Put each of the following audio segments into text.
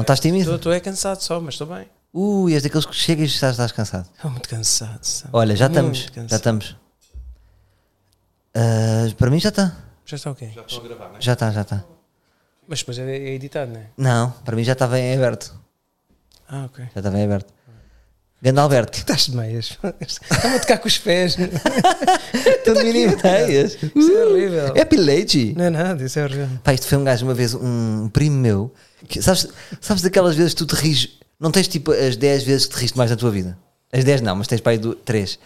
estás tímido? Estou é cansado só, mas estou bem. Ui, és daqueles que chegas e estás, estás cansado. Estou muito cansado. sabe? Olha, já Muito estamos. cansado. Já estamos. Ah, para mim já está. Já está ok. Já está, já está. Mas, mas é, é editado, não é? Não, para mim já estava em aberto. Ah, ok. Já estava em aberto. Ganda Alberto. Estás de meias. Estava a tocar com os pés. né? Tudo mínimo. ideias. tá Isso é horrível. É pilete. Não é nada, isso é horrível. Pá, isto foi um gajo uma vez, um primo meu. que- sabes, sabes daquelas vezes que tu te rires, não tens tipo as 10 vezes que te riste mais na tua vida? As 10 não, mas tens para aí 3.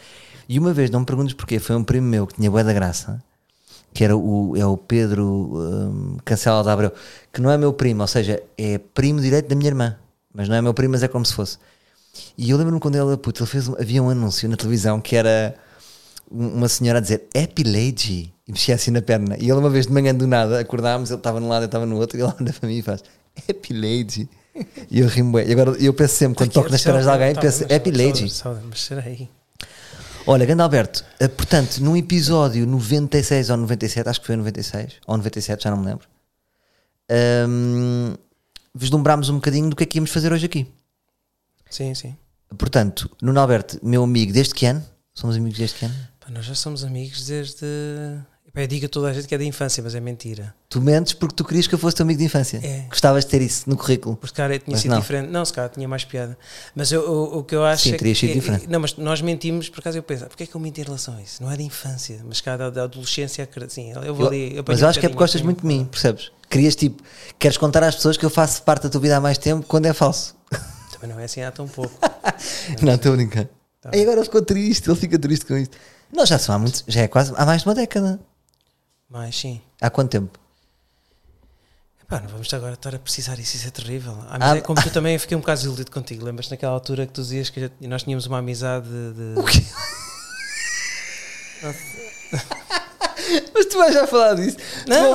E uma vez, não me perguntes porquê, foi um primo meu que tinha boa da graça, que era o, é o Pedro hum, Cancela da Abreu, que não é meu primo, ou seja, é primo direito da minha irmã, mas não é meu primo, mas é como se fosse. E eu lembro-me quando ele era puto, ele fez, um- havia um anúncio na televisão que era um- uma senhora a dizer Happy Lady e mexia assim na perna. E ele uma vez de manhã do nada acordámos, ele estava num lado, eu estava no outro, e ele olha para mim e faz Happy Lady. E eu rimo bem. E agora eu penso sempre, quando toco nas pernas de é tá alguém, penso "É Happy Lady. Mas será aí? Olha, grande Alberto, eh, portanto, num episódio 96 ou 97, acho que foi 96 ou 97, já não me lembro, hum, vislumbrámos um bocadinho do que é que íamos fazer hoje aqui. Sim, sim. Portanto, Nuno Alberto, meu amigo desde que ano? Somos amigos desde que ano? Pá, nós já somos amigos desde. Pá, eu digo a toda a gente que é da infância, mas é mentira. Tu mentes porque tu querias que eu fosse teu amigo de infância. É. Gostavas de ter isso no currículo. Porque, cara, eu tinha Mas sido não. diferente. Não, se calhar tinha mais piada. Mas eu- o, o que eu acho. Sim, é teria que, sido é- diferente. Não, mas nós mentimos, por acaso eu penso, porque é que eu minto em relação a isso? Não é da infância, mas cá da, da adolescência. Sim, eu vou Eu- ali. apanho mas eu acho que é um porque gostas bocadinho, muito de mim, percebes? Querias tipo, queres contar às pessoas que eu faço parte da tua vida há mais tempo quando é falso. apanho. Também não é assim há tão pouco. Não, estou a brincar. Tá. E agora ele ficou triste, ele fica triste com isto. Não, já são há muito, já é quase há mais de uma década. mas sim. Há quanto tempo? Pá, não vamos agora estar a precisar disso, isso é terrível. Ah, Ah, mas é como tu também eu fiquei um bocado desiludido contigo. Lembras naquela altura que tu dizias que já- nós tínhamos uma amizade de. quê? Mas tu vais já falar disso. Não,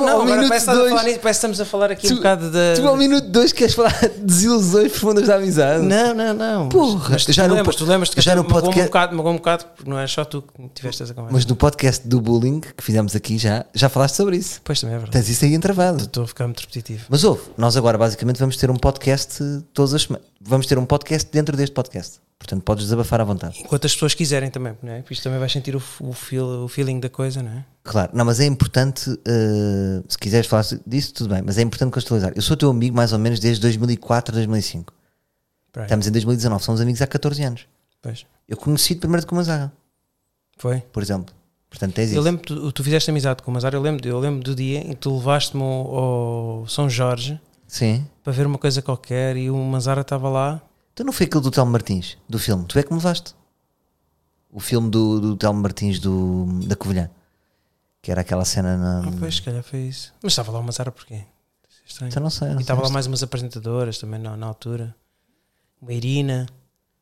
Tu, não, ao agora minuto parece que estás a dois- falar nisso, parece que estamos a falar aqui tu- um bocado da. Tu ao minuto 2 queres falar de desilusões profundas da amizade. Não, não, não. Porra, mas, mas já tu no lembras, po- tu lembras que já no magou-me podcast- um bocado, magou um bocado, porque não é só tu que tiveste essa conversa. Mas no podcast do bullying que fizemos aqui já, já falaste sobre isso. Pois também é verdade. Tens isso aí entravado. Estou a ficar muito repetitivo. Mas ouve, nós agora basicamente vamos ter um podcast eh, todas as semanas. Vamos ter um podcast dentro deste podcast. Portanto, podes desabafar à vontade. Enquanto as pessoas quiserem também, não é? Porque isto também vais sentir o, f- o, feel- o feeling da coisa, não é? Claro, não, mas é importante, eh, se quiseres falar disso, tudo bem, mas é importante contextualizar. Eu sou teu amigo mais ou menos desde 2004, 2005. Peraí, Estamos em 2019, somos amigos há 14 anos. Pois. Eu conheci-te primeiro de Comazaga, Foi. por exemplo. Portanto, tens Eu isso. lembro, tu, tu fizeste amizade com o Mazar, eu lembro, eu lembro do dia em que tu levaste-me ao, ao São Jorge Sim. para ver uma coisa qualquer e o Mazara estava lá. Tu não foi aquele do Telmo Martins, do filme? Tu é que me levaste. O filme do, do Telmo Martins do, da Covilhã. Que era aquela cena na. Ah, pois, se calhar foi isso. Mas estava lá o Mazara porquê? Isso é Estranho. Eu não sei. Então, não E sei. estava lá mais umas apresentadoras também na, na altura. Uma Irina,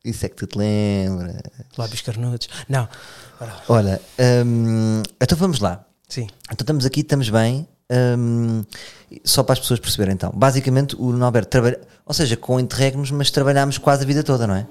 Isso é que tu te lembra. lábios carnudos. Não, Ora, Olha, hum, então vamos lá. sim. Então estamos aqui, estamos bem. Hum, só para as pessoas perceberem, então. Basicamente, o Nuno Alberto trabalha. Ou seja, com interregnos, mas trabalhámos quase a vida toda, não é?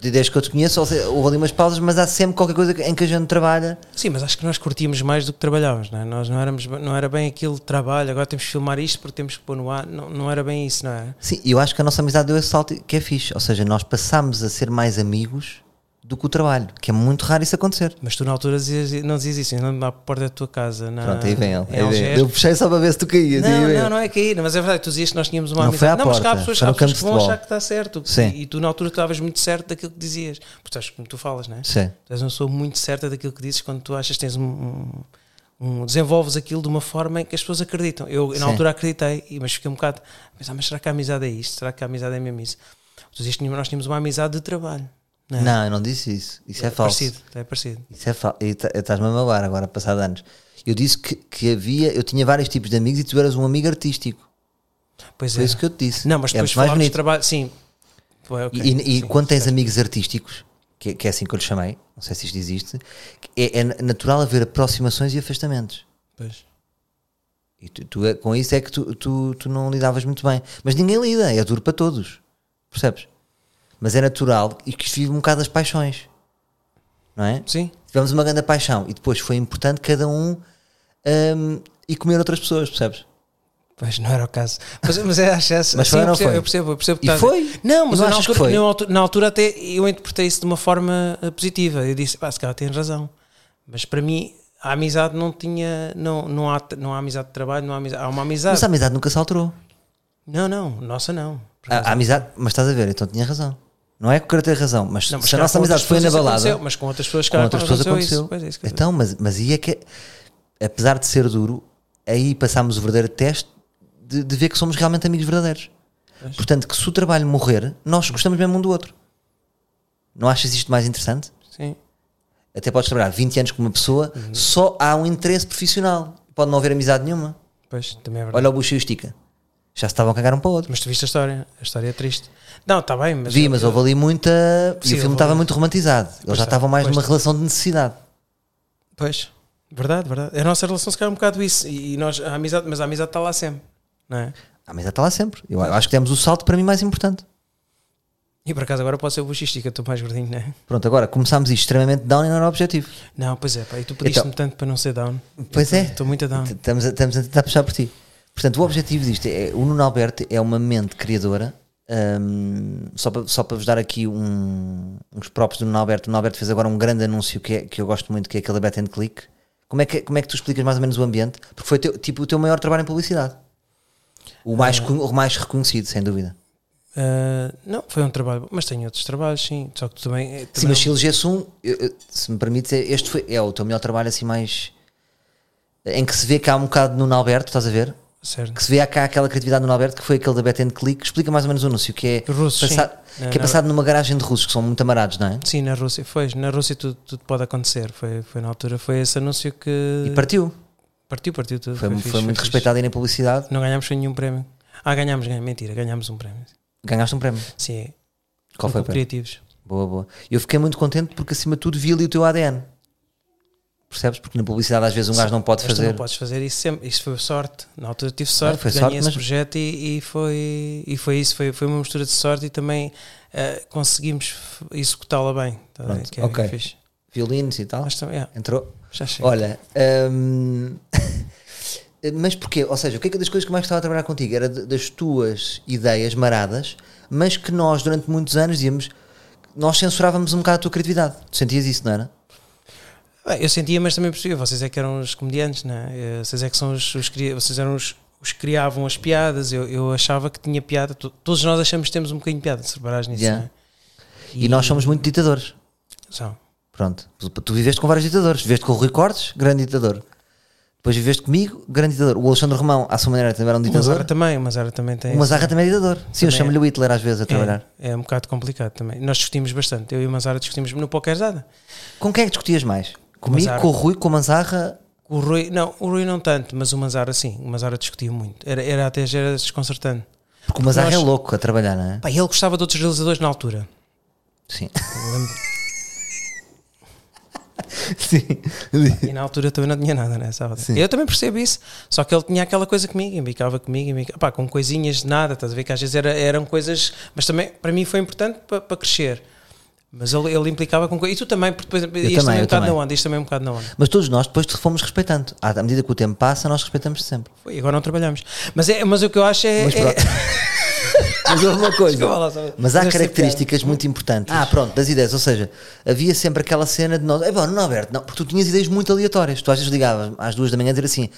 De- Desde que eu te conheço, ou seja, houve ali umas pausas, mas há sempre qualquer coisa em que a gente trabalha. Sim, mas acho que nós curtíamos mais do que trabalhávamos, não é? Nós não éramos, não era bem aquele trabalho, agora temos que filmar isto porque temos que pôr no ar. Não, não era bem isso, não é? Sim, eu acho que a nossa amizade deu esse salto que é fixe. Ou seja, nós passámos a ser mais amigos do que o trabalho, que é muito raro isso acontecer. Mas tu na altura dizias- não dizias isso, ainda à porta da tua casa. Na, Pronto, aí vem ele. aí em vem ele. Algés. Eu puxei só para ver se tu caías. aí é um Não, vem ele. não, não é cair, mas é verdade, tu dizias que nós tínhamos uma Não, foi à amizade. Não, mas cá há porta, pessoas, foi há no campo de pessoas que vão futebol. achar que está certo. Sim. E, e tu na altura tu estavas muito certo daquilo que dizias. Porque tu és como tu falas, não é? Sim. Tu és uma pessoa muito certa daquilo que dizes quando tu achas que tens um. um- um- desenvolves aquilo de uma forma em que as pessoas acreditam. Eu, na Sim. altura, acreditei, e- mas fiquei um bocado. Mas, ah, mas será que a amizade é isto? Será que a amizade é mesmo isso? Tu dizias que tínhamos- nós tínhamos uma amizade de trabalho. Não, é? Não, eu não disse isso. Isso é, falso. Parecido, é parecido. Isso é falso. E ta- estás-me a magoar agora, passado anos. Eu disse que, que havia, eu tinha vários tipos de amigos e tu eras um amigo artístico. Pois Foi é. isso que eu te disse. Não, mas É depois muito mais falámos de bonito. trabalho. Sim. Foi, ok. E, e é Sim. quando tens amigos artísticos, que, que é assim que eu lhe chamei, não sei se isto existe, que é, é natural haver aproximações e afastamentos. Pois. E tu, tu- com isso é que tu, tu, tu não lidavas muito bem. Mas ninguém lida, é duro para todos. Percebes? Mas é natural e que se vive um bocado das paixões. Não é? Sim. Tivemos uma grande paixão e depois foi importante cada um hum, e comer outras pessoas, percebes? Pois não era o caso. Mas, mas é, acho, acho, Mas assim, foi ou eu, não percebo, foi? eu percebo, eu percebo. o que E estás a foi? dizer. Não, mas Não eu na, achas que altura, foi? na altu- na altura até eu interpretei isso de uma forma eh, positiva. Eu disse, pá, se calhar tens razão. Mas para mim, a amizade não tinha. Não, não, há, não há amizade de trabalho, não há amizade. Há uma amizade. Mas a amizade nunca se alterou. Não, não, nossa não. Por acaso. A, a amizade, mas estás a ver, então tinha razão. Não é que eu quero ter razão, mas, Não, mas se a cá nossa com amizade outras foi pessoas na isso balada, aconteceu, Mas com outras pessoas, com cá outras pessoas aconteceu isso. aconteceu. Pois é, isso que eu- então, mas, mas e é que, apesar de ser duro, aí passámos o verdadeiro teste de, de ver que somos realmente amigos verdadeiros. Portanto, que se o trabalho morrer, nós gostamos mesmo um do outro. Não achas isto mais interessante? Sim. Até podes trabalhar 20 anos com uma pessoa, Uhum. só há um interesse profissional. Pode não haver amizade nenhuma. Pois, também é verdade. Olha o bucho e o estica. Já se estavam a cagar um para o outro. Mas tu viste a história, a história é triste. Não, está bem, mas. Vi, mas houve ali muita. e o Sim, filme houve estava ali- muito romantizado. Eles já está, estavam mais pois é. numa está. relação de necessidade. Pois, verdade, verdade. A nossa relação se calhar é um bocado isso. E nós, a amizade, mas a amizade está lá sempre, não é? A amizade Ah, está lá sempre. Eu acho que temos o salto para mim mais importante. E por acaso agora eu posso ser buchística, estou mais gordinho, não é? Pronto, agora começámos isto extremamente down e não era objetivo. Não, pois é, pá, e tu pediste-me tanto para não ser down. Então- Pois é. Estou muito a down. T- Estamos a, estamos a tentar puxar por ti. Portanto, o objetivo disto é. O Nuno Alberto é uma mente criadora. hum, só, para, só para vos dar aqui um- uns próprios do Nuno Alberto. O Nuno Alberto fez agora um grande anúncio que, é- que eu gosto muito, que é aquele bet and click. Como é, que, como é que tu explicas mais ou menos o ambiente? Porque foi teu- tipo, o teu maior trabalho em publicidade. O mais, con- o mais reconhecido, sem dúvida. Ah, não, foi um trabalho, bom, mas tenho outros trabalhos, sim. Só que tu também. eh, Sim, também mas se elegesse um, eu- eu- se me permites, é- este foi, é o teu melhor trabalho assim mais. Em que se vê que há um bocado no Alberto, estás a ver? um Certo. Que se vê cá aquela criatividade no Alberto que foi aquele da Bet and Click. Explica mais ou menos o anúncio, que é, Russos, sim. passado- Na- que é na- passado numa garagem de russos que são muito amarados, não é? Sim, na Rússia, foi. Na Rússia tudo, tudo pode acontecer. Foi, foi na altura, foi esse anúncio que. E partiu. Partiu, partiu tudo. Foi, fixe, foi muito fixe. respeitado aí na publicidade. Não ganhámos foi nenhum prémio. Ah, ganhámos, ganhámos. Mentira, ganhámos um prémio. Ganhaste um prémio. Sim. Qual no foi o Clube prémio? Criativos. Boa, boa. Eu fiquei muito contente porque acima de tudo vi ali o teu ADN. Percebes? Porque na publicidade às vezes um gajo não pode Mas tu fazer. não podes fazer isso sempre. Isso foi sorte. Na altura tive sorte, Ah, foi ganhei sorte, esse mas- projeto e, e foi, e foi isso. Foi, foi uma mistura de sorte e também eh, conseguimos f- executá-la bem. Tá bem, Pronto, que é ok. fixe. Violinos e tal. Mas também, yeah, Entrou. já chega. Olha, hum, mas porquê? Ou seja, o que é que das coisas que mais gostava de trabalhar contigo? Era de- das tuas ideias maradas, mas que nós durante muitos anos íamos, nós censurávamos um bocado a tua criatividade. Tu sentias isso, não era? Bem, eu sentia, mas também percebia. Vocês é que eram os comediantes, não é? Eh, Vocês é que são os, os cria- vocês eram os, os que criavam as piadas. Eu, eu achava que tinha piada. To- Todos nós achamos que temos um bocadinho de piada, se reparares nisso. Yeah. não é? E, nós somos muito ditadores. São. Pronto. Tu- Tu viveste com vários ditadores. Viveste com o Rui Cortes, grande ditador. Depois viveste comigo, grande ditador. O Alexandre Romão, à sua maneira, também era um O Mazarra ditador. também, o Mazarra também tem. O Mazarra também é ditador. Sim, eu Também é. chamo-lhe o Hitler às vezes a trabalhar. É, é um bocado complicado também. Nós discutimos bastante. Eu e o Mazara discutimos no Poker Dada. Com quem é que discutias mais? Comigo, Mazarra. com o Rui, com o Manzarra? O Rui, não, o Rui não tanto, mas o Mazara sim. O Mazara discutia muito. Era, era até já era desconcertante. Porque o Manzarra é Nós- louco a trabalhar, não é? Pá, ele gostava de outros realizadores na altura. Sim. Sim. E na altura também não tinha nada, né? Sabe? Eu também percebo isso. Só que ele tinha aquela coisa comigo, embicava comigo, embicava, pá, com coisinhas de nada, estás a ver? Que às vezes era- eram coisas. Mas também, para mim, foi importante para, para crescer. Mas ele, ele implicava com coisas. E tu também, porque depois. também, Isto também é um eu bocado na também. onda, isto também é um bocado na onda. Mas todos nós depois te fomos respeitando. À à medida que o tempo passa, nós respeitamos sempre. Foi, agora não trabalhamos. Mas, é, mas o que eu acho é. Mas é- pronto. Mas houve uma coisa. Desculpa lá, só- Mas há mas esta características muito importantes. Ah, pronto, das ideias. Ou seja, havia sempre aquela cena de nós. É bom, não, Alberto, não, porque tu tinhas ideias muito aleatórias. Tu às vezes ligavas às duas da manhã a dizer assim: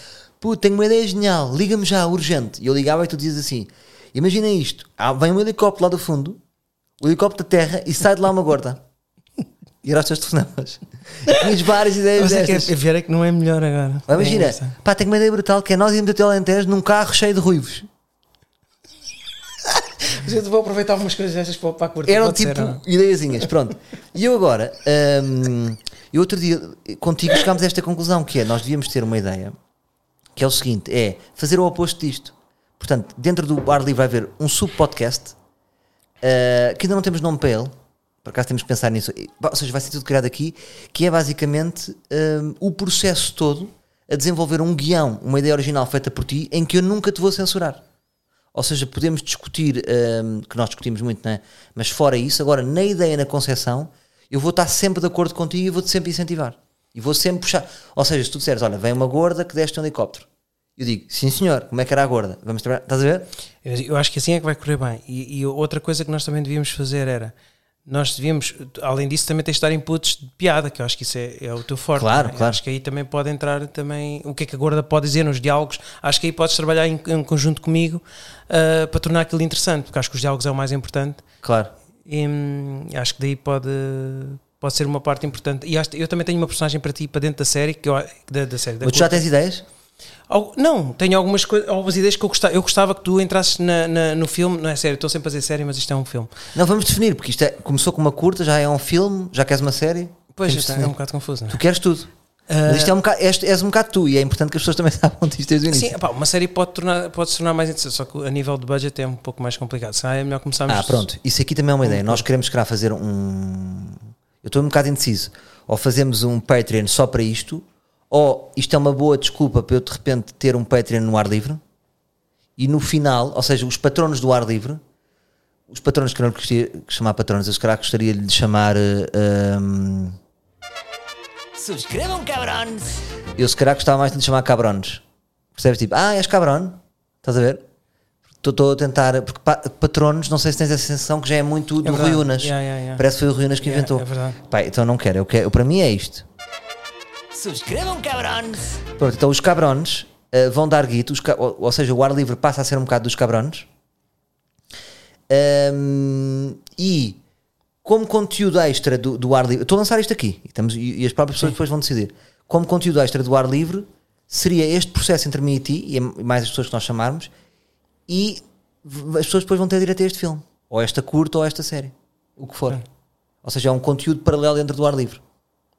Pô, tenho uma ideia genial, liga-me já, urgente. E eu ligava e tu dizias assim: Imagina isto, Ah, vem um helicóptero lá do fundo, o helicóptero terra e sai de lá uma gorda. E era os teus telefonemas. E Tinhas várias ideias Mas é que destas. a ver é que não é melhor agora. Ou Imagina, É pá, tenho uma ideia brutal que é nós irmos até ao Alentejo num carro cheio de ruivos. Mas eu vou aproveitar algumas coisas destas para, para curtir. Eram tipo ideiazinhas, pronto. E eu agora, hum, eu outro dia contigo chegámos a esta conclusão que é, nós devíamos ter uma ideia que é o seguinte, é fazer o oposto disto. Portanto, dentro do ar livre vai haver um sub-podcast uh, que ainda não temos nome para ele, por acaso temos que pensar nisso, E, pá, ou seja, vai ser tudo criado aqui, que é basicamente hum, o processo todo a desenvolver um guião, uma ideia original feita por ti, em que eu nunca te vou censurar. Ou seja, podemos discutir, hum, que nós discutimos muito, não é? mas fora isso, agora na ideia, na concepção, eu vou estar sempre de acordo contigo e vou-te sempre incentivar. E vou sempre puxar. Ou seja, se tu disseres, olha, vem uma gorda que deste um helicóptero. Eu digo, sim senhor, como é que era a gorda? Vamos trabalhar, estás a ver? Eu, eu acho que assim é que vai correr bem. E, e outra coisa que nós também devíamos fazer era. Nós devíamos, além disso, também tens de dar inputs de piada, que eu acho que isso é, é o teu forte. Claro, não é? Eu claro. Acho que aí também pode entrar também o que é que a gorda pode dizer nos diálogos. Acho que aí podes trabalhar em, em conjunto comigo ah, para tornar aquilo interessante, porque acho que os diálogos é o mais importante. Claro. E, hum, acho que daí pode, pode ser uma parte importante. E acho- eu também tenho uma personagem para ti, para dentro da série, que eu, da, da série. Da Mas tu já tens ideias? Al- não, tenho algumas, coi- algumas ideias que eu gostava, eu gostava que tu entrasses na- na- no filme. Não é sério, estou sempre a fazer série, mas isto é um filme. Não, vamos definir, porque isto é- começou com uma curta, já é um filme, já queres uma série. Pois, Temos de isto é um definir. bocado confuso, não é? Tu queres tudo. Mas isto é um bocado, és, és um bocado tu e é importante que as pessoas também saibam disto desde o início. Sim, pá, uma série pode, tornar, pode se tornar mais interessante, só que a nível de budget é um pouco mais complicado. Se calhar é melhor começarmos. Ah, pronto, isso aqui também é uma ideia. Nós queremos cá fazer um. Eu estou um bocado indeciso. Ou fazemos um Patreon só para isto, ou isto é uma boa desculpa para eu de repente ter um Patreon no ar livre. E no final, ou seja, os patronos do ar livre, os patronos que eu não gostaria de chamar patronos, eu se calhar gostaria de lhe chamar. eh, ehm, Subscrevam, cabrones! Eu se calhar gostava mais de lhe chamar cabrones. Percebes? Tipo, ah, és cabrón. Estás a ver? Estou a tentar, porque pa- patronos, não sei se tens a sensação que já é muito do verdade. Rui Unas. Yeah, yeah, yeah. Parece que foi o Rui Unas que Yeah, inventou. é verdade. Pá, então não quero, eu quero, para mim é isto. Subscrevam, cabrones! Pronto, então os cabrones eh, vão dar guito, os ca- ou, ou seja, o ar livre passa a ser um bocado dos cabrones. Ahm, e como conteúdo extra do, do ar livre, estou a lançar isto aqui e, estamos- e- e as próprias pessoas depois vão decidir. Como conteúdo extra do ar livre, seria este processo entre mim e ti, e mais as pessoas que nós chamarmos, e v- as pessoas depois vão ter direito a este filme, ou esta curta, ou esta série, o que for. Ou seja, é um conteúdo paralelo dentro do ar livre.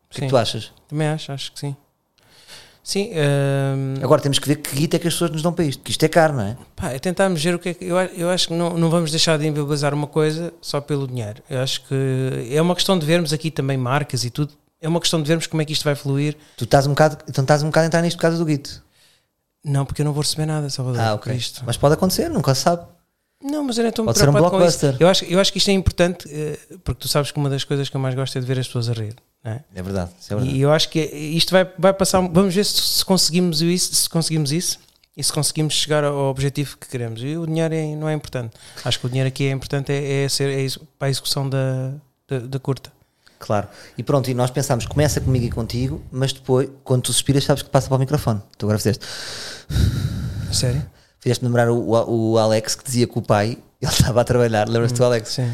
O que é Sim. que tu achas? Também acho, acho que sim. Sim, hum, Agora temos que ver que guita é que as pessoas nos dão para isto, que isto é caro, não é? Pá, é tentarmos ver o que é que. Eu, a- eu acho que não, não vamos deixar de inviabilizar uma coisa só pelo dinheiro. Eu acho que é uma questão de vermos aqui também marcas e tudo. É uma questão de vermos como é que isto vai fluir. Tu estás um bocado, então estás um bocado a entrar nisto por causa do guito. Não, porque eu não vou receber nada, Salvador. Ah, ok. Cristo. Mas pode acontecer, nunca se sabe. Não, mas eu não estou Pode ser um preocupado com isso. blockbuster. Eu acho, eu acho que isto é importante, eh, porque tu sabes que uma das coisas que eu mais gosto é de ver as pessoas a rir. Não é? É verdade, isso é verdade. E eu acho que isto vai, vai passar. um, Vamos ver se, se conseguimos isso, se conseguimos isso e se conseguimos chegar ao objetivo que queremos. E o dinheiro é- não é importante. Acho que o dinheiro aqui é importante é, é ser é isso, para a execução da, da, da curta. Claro. E pronto, e nós pensámos, começa comigo e contigo, mas depois, quando tu suspiras, sabes que passa para o microfone. Tu agora fizeste. A Sério? Fizeste lembrar o, o Alex que dizia que o pai, ele estava a trabalhar, lembras-te do Alex? Sim.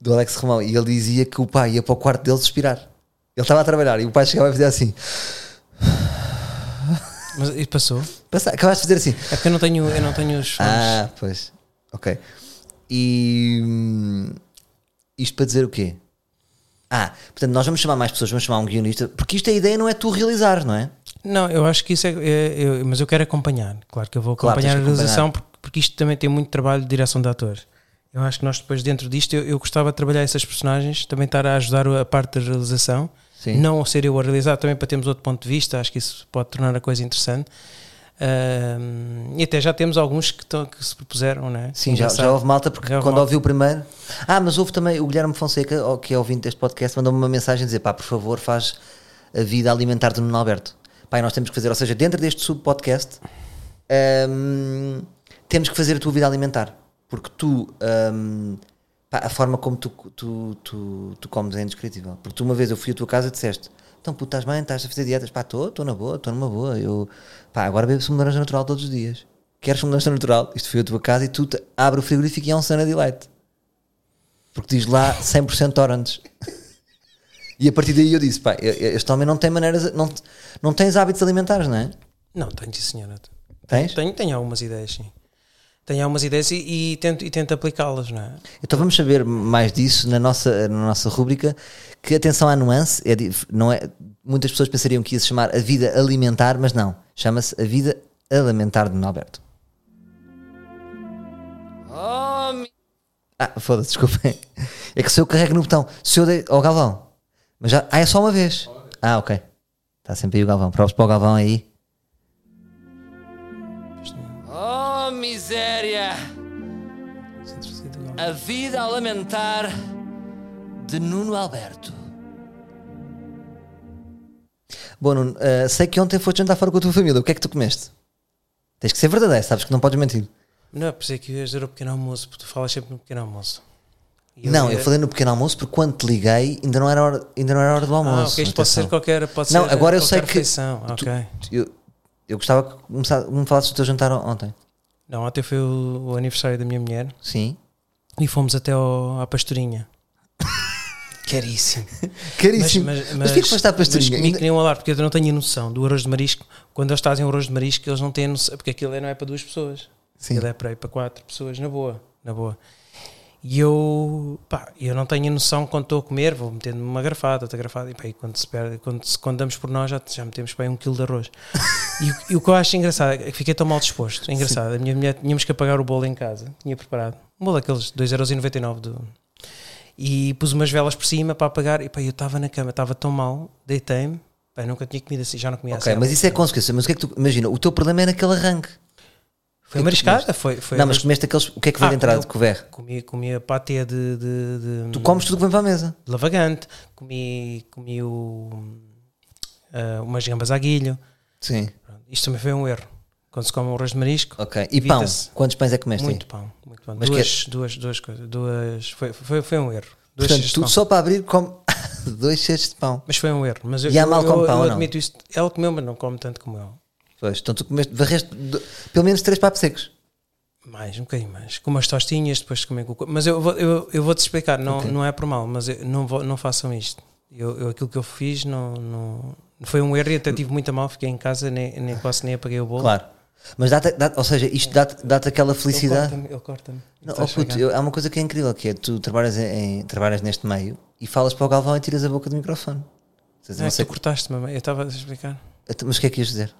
Do Alex Romão, e ele dizia que o pai ia para o quarto dele suspirar. Ele estava a trabalhar e o pai chegava e fazia assim. Mas e passou? Passa- Acabaste de fazer assim. É porque eu não tenho, eu não tenho os fones. Ah, pois. Ok. E hum, isto para dizer o quê? Ah, portanto, nós vamos chamar mais pessoas, vamos chamar um guionista, porque isto a ideia não é tu realizares, não é? Não, eu acho que isso é. é- eu- mas eu quero acompanhar. Claro que eu vou Claro, acompanhar tens a que realização, porque, porque isto também tem muito trabalho de direção de ator. Eu acho que nós, depois, dentro disto, eu, eu gostava de trabalhar essas personagens, também estar a ajudar a parte da realização. Sim. Não ser eu a realizar, também para termos outro ponto de vista, acho que isso pode tornar a coisa interessante. Ahm, e até já temos alguns que, estão- que se propuseram, né? Sim, já, já houve malta, porque Já houve quando malta. ouvi o primeiro. Ah, mas houve também o Guilherme Fonseca, ó, que é ouvinte deste podcast, mandou-me uma mensagem a dizer: pá, por favor, faz a vida alimentar do Nuno Alberto. Pá, e nós temos que fazer, ou seja, dentro deste sub-podcast, hum, temos que fazer a tua vida alimentar. Porque tu, hum, pá, a forma como tu, tu, tu, tu comes é indescritível. Porque tu, uma vez eu fui à tua casa e disseste: então, puto, estás bem, estás a fazer dietas? Pá, estou, estou na boa, estou numa boa. Eu, pá, agora bebo sumo de laranja natural todos os dias. Queres sumo de laranja natural? Isto foi a tua casa e tu te- abre o frigorífico e é um Sana Delight. Porque diz lá 100% orantes. E a partir daí eu disse, pá, eu- eu- este homem não tem maneiras, não, não tens hábitos alimentares, não é? Não, tenho, sim, senhora. Tens? Tenho, tenho algumas ideias, sim. Tenho algumas ideias e, e tento, e tento aplicá-las, não é? Então vamos saber mais disso na nossa, na nossa rúbrica, que atenção à nuance, é, dif- não é, muitas pessoas pensariam que ia se chamar a vida alimentar, mas não, chama-se a vida alimentar de Nuno Alberto. Ah, foda-se, desculpem. É que se eu carrego no botão, se eu dei. Ó Galvão. Mas já. Ah, é só uma vez. Ah, ok. Está sempre aí o Galvão. Provas para o Galvão aí. Oh, miséria! é A vida a lamentar De Nuno Alberto. eh, Bom, Nuno, ah, sei que ontem foste jantar fora com a tua família. O que é que tu comeste? Tens que ser verdadeiro, sabes que não podes mentir. Não, por isso é que eu ia dizer o pequeno almoço, porque tu falas sempre no pequeno almoço. E não, eu ia- falei no pequeno almoço porque quando te liguei ainda não era hora, ainda não era hora do Ah, almoço. ok, isto pode ser atenção. qualquer. Pode Não, ser agora eu qualquer sei que refeição, tu- ok. Eu, eu gostava que começasse- me falasses do teu jantar ontem. Não, ontem foi o, o aniversário da minha mulher Sim. e fomos até ao- à pastorinha. Caríssimo. Caríssimo. Mas, porquê que foste à Mas pastorinha? comigo Ainda- que nem um alarme, porque eu não tenho noção do arroz de marisco. Quando eles fazem o arroz de marisco, eles não têm noção, porque aquilo não é para duas pessoas. Sim. Aquilo é para, aí para quatro pessoas, na boa, na boa. E eu, pá, eu não tenho noção quando estou a comer, vou metendo uma garfada, outra garfada, e, pá, e quando, se perde, quando, se- quando damos por nós já, já metemos para aí um quilo de arroz. e, o- e o que eu acho engraçado é que fiquei tão mal disposto. É engraçado, a minha mulher tínhamos que apagar o bolo em casa, tinha preparado. Um bolo daqueles 2,99€ do. E pus umas velas por cima para apagar, e pá, eu estava na cama, estava tão mal, deitei-me, pá, nunca tinha comido assim, já não comia Ok, assim. mas isso é consequência. Mas o que é que tu. Imagina, o teu problema é naquele arranque. Foi mariscada? Foi, foi não, mas é comeste aqueles. O que é que veio Ah, de entrada eu- Hum. de couvert? Comia, comia pâté de, de, de- Tu comes tudo que vem para a mesa. de lavagante, comi, comi o, ah, umas gambas à guilho. Sim. Pronto, Isto também foi um erro. Quando se come um arroz de marisco, Ok. E pão? evita-se. Quantos pães é que comeste? Muito pão, muito pão. Mas Duas, duas, duas coisas. Duas, foi, foi, foi um erro. Duas Portanto, cestas tu de pão. só para abrir, come dois cestos de pão. Mas foi um erro. Mas eu, E a mal eu, come eu- pão eu ou não? admito isto. Ela comeu, mas não come tanto como eu. Pois, então tu comeste, varreste do- pelo menos três papos secos. Mais, um bocadinho mais. Com umas tostinhas, depois comer com o co- Mas eu, vou- eu, eu vou-te explicar, não, não é por mal, mas eu- não, vou- não façam isto. Eu, eu- aquilo que eu fiz não, não- foi um erro e até tive muita mal, fiquei em casa, nem, nem quase nem apaguei o bolo. Claro. Mas dá-te, dá- ou seja, isto dá-te, dá-te aquela Ele felicidade. corta-me, ele corta-me. Não, Estás oh, puto, a eu- há uma coisa que é incrível, que é tu trabalhas, em- trabalhas neste meio e falas para o Galvão e tiras a boca do microfone. Quer dizer, não não é que sei- tu cortaste-me, eu estava a explicar. Então, mas o que é que ias dizer?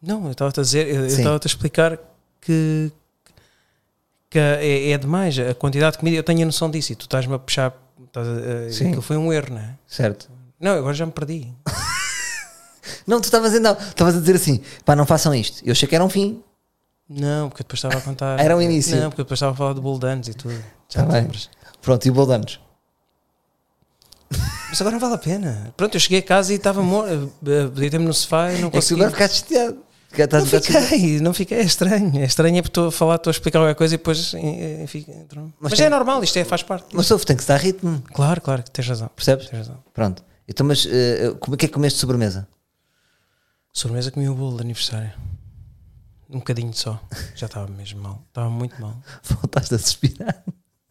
Não, eu estava a dizer, eu eu Sim. estava-te a explicar que, que é, é demais a quantidade de comida. Eu tenho a noção disso e tu estás-me a puxar. Estás a, Sim. Aquilo foi um erro, não é? Certo. Não, agora já me perdi. Não, tu estavas a, não, estavas a dizer assim, pá, não façam isto. Eu achei que era um fim. Não, porque eu depois estava a contar. Era um início. Não, porque eu depois estava a falar de bolo de anos e tudo. Já Tá te bem. lembras. Pronto, e o bolo de anos? Mas agora vale a pena. Pronto, eu cheguei a casa e estava morto. Deitei-me no sofá e não É que tu consegui. agora tá- ficaste chateado. Fica- estás- não estás- fiquei, não fiquei. É estranho. É estranho é porque estou a falar, estou a explicar qualquer coisa e depois. eh, Enfim, entro. Mas, tem- é normal, isto é, faz parte. Mas houve, tem que se dar ritmo, Claro, claro, que tens razão. percebes? Tens razão. Pronto. Então, mas eh, como é que é que comeste de sobremesa? Sobremesa comi um bolo de aniversário. Um bocadinho só. Já estava mesmo mal. Estava muito mal. Voltaste a suspirar.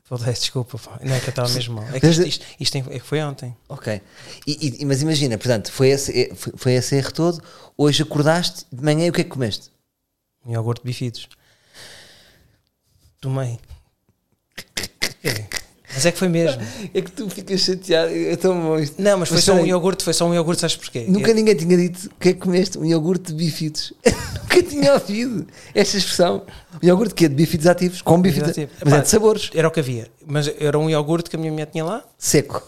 Falei, desculpa, pá. Não é que eu estava mesmo mal. É que isto, isto, isto é- foi ontem. Ok. E- e- mas imagina, portanto, foi esse, eh, foi, foi esse erro todo. Hoje acordaste de manhã e o que é que comeste? Um iogurte bifidos. Tomei. É. Mas é que foi mesmo. É que tu ficas chateado. É tão bom isto. Não, mas foi Mas só um peraí. iogurte, foi só um iogurte, sabes porquê? Nunca Eu- ninguém tinha dito o que é que comeste? Um iogurte de bifidos. Nunca tinha ouvido esta expressão. Um iogurte que é de bifidos ativos, com bifidos Bifidos ativos. Mas é Epá, de sabores. Era o que havia. Mas era um iogurte que a minha mulher tinha lá? Seco.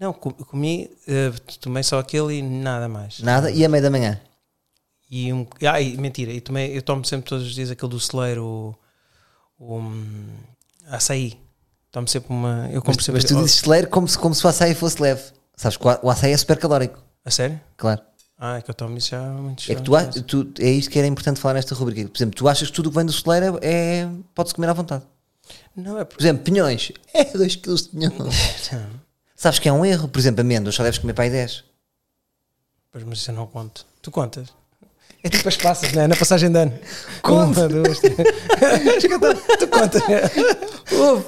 Não, co- comi, eh, tomei só aquele e nada mais. Nada. E à meia da manhã. E um. Ah, e mentira, eu, tomei, eu tomo sempre todos os dias aquele do celeiro, o. o hum, açaí. Tomo sempre uma. Eu compro Mas, sempre. mas tu oh, dizes celeiro como se, como se o açaí fosse leve. Sabes que o a- o açaí é super calórico. A sério? Claro. Ah, é que eu tomo isso já há muitos É que tu, anos. a- tu- é isto que era importante falar nesta rubrica. Por exemplo, tu achas que tudo o que vem do celeiro é, é- pode-se comer à vontade. Não, é Por porque. exemplo, pinhões. É 2 kg de pinhões. Não. Sabes que é um erro? Por exemplo, amêndoas só deves comer para aí 10. Pois, mas isso eu não conto. Tu contas? É tipo as passas, não é? Na passagem de ano. Conto. Uma, duas, três. tu contas, né?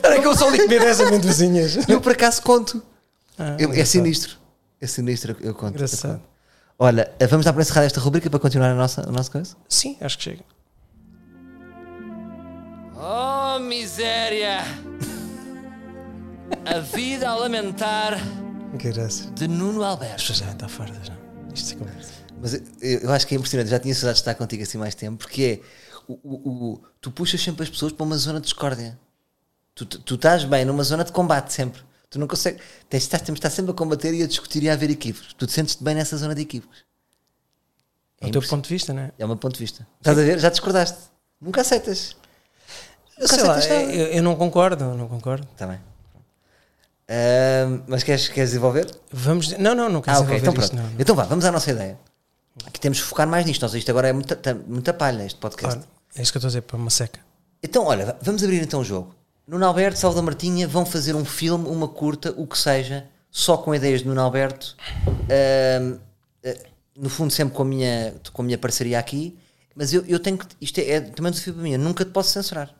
Era que eu só li comer 10 amendozinhas. Eu por acaso conto. Ah, Eu- é engraçado. sinistro. É sinistro, eu conto. eu Engraçado. conto. Olha, eh, vamos dar para encerrar esta rubrica para continuar a nossa, a nossa coisa? Sim, acho que chega. Oh, miséria! A vida a lamentar Graças. de Nuno Alberto. Já está fardas, não? Isto é conversa. Mas eu, eu acho que é impressionante, eu já tinha saudades de estar contigo assim mais tempo, porque é o, o- o- tu puxas sempre as pessoas para uma zona de discórdia. Tu, tu tu estás bem numa zona de combate sempre. Tu não consegues. Tens, estás, temos de estar sempre a combater e a discutir e a haver equívocos. Tu te sentes-te bem nessa zona de equívocos. É o teu ponto de vista, não é? É o meu ponto de vista. Estás a ver? Já discordaste. Nunca aceitas. Eu Nunca sei lá, aceitas nada. eu, eu não concordo, eu não concordo. Está Tá bem. Ahm, mas queres, queres desenvolver? Vamos. Não, não, não quero Ah, ok. desenvolver Então isto, pronto. não. não. Então vá, vamos à nossa ideia. que temos que focar mais nisto. Nós, isto agora é muita, tá- muita palha, este podcast. Olha, é isso que eu estou a dizer, para uma seca. Então, olha, va- vamos abrir então o jogo. Nuno Alberto, Salvador Martinha vão fazer um filme, uma curta, o que seja, só com ideias de Nuno Alberto. Ahm, ah, no fundo, sempre com a minha, com a minha parceria aqui. Mas eu, eu tenho que. Isto é, é também um desafio para mim. Eu nunca te posso censurar.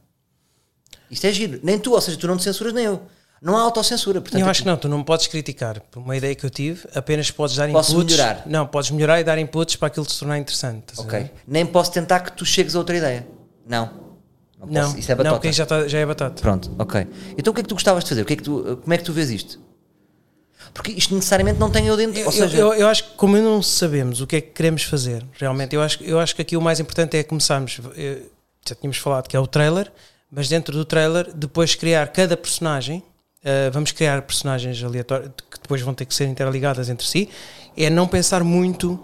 Isto é giro. Nem tu, ou seja, tu não te censuras, nem eu. Não há autocensura. Portanto, é eu acho que não, tu não podes criticar por uma ideia que eu tive, apenas podes dar Posso inputs. melhorar. Não, podes melhorar e dar inputs para aquilo se tornar interessante. estás a Ok. ver? Nem posso tentar que tu chegues a outra ideia. Não. Não, Não, posso. Isso é não, batota. porque já, tá- já é batata. Pronto, ok. Então o que é que tu gostavas de fazer? O que é que tu, como é que tu vês isto? Porque isto necessariamente não tem eu dentro. Eu, ou seja, eu, eu acho que como não sabemos o que é que queremos fazer, realmente, eu acho, eu acho que aqui o mais importante é começarmos, eh, já tínhamos falado que é o trailer, mas dentro do trailer, depois criar cada personagem, eh, vamos criar personagens aleatórias que depois vão ter que ser interligadas entre si, é não pensar muito,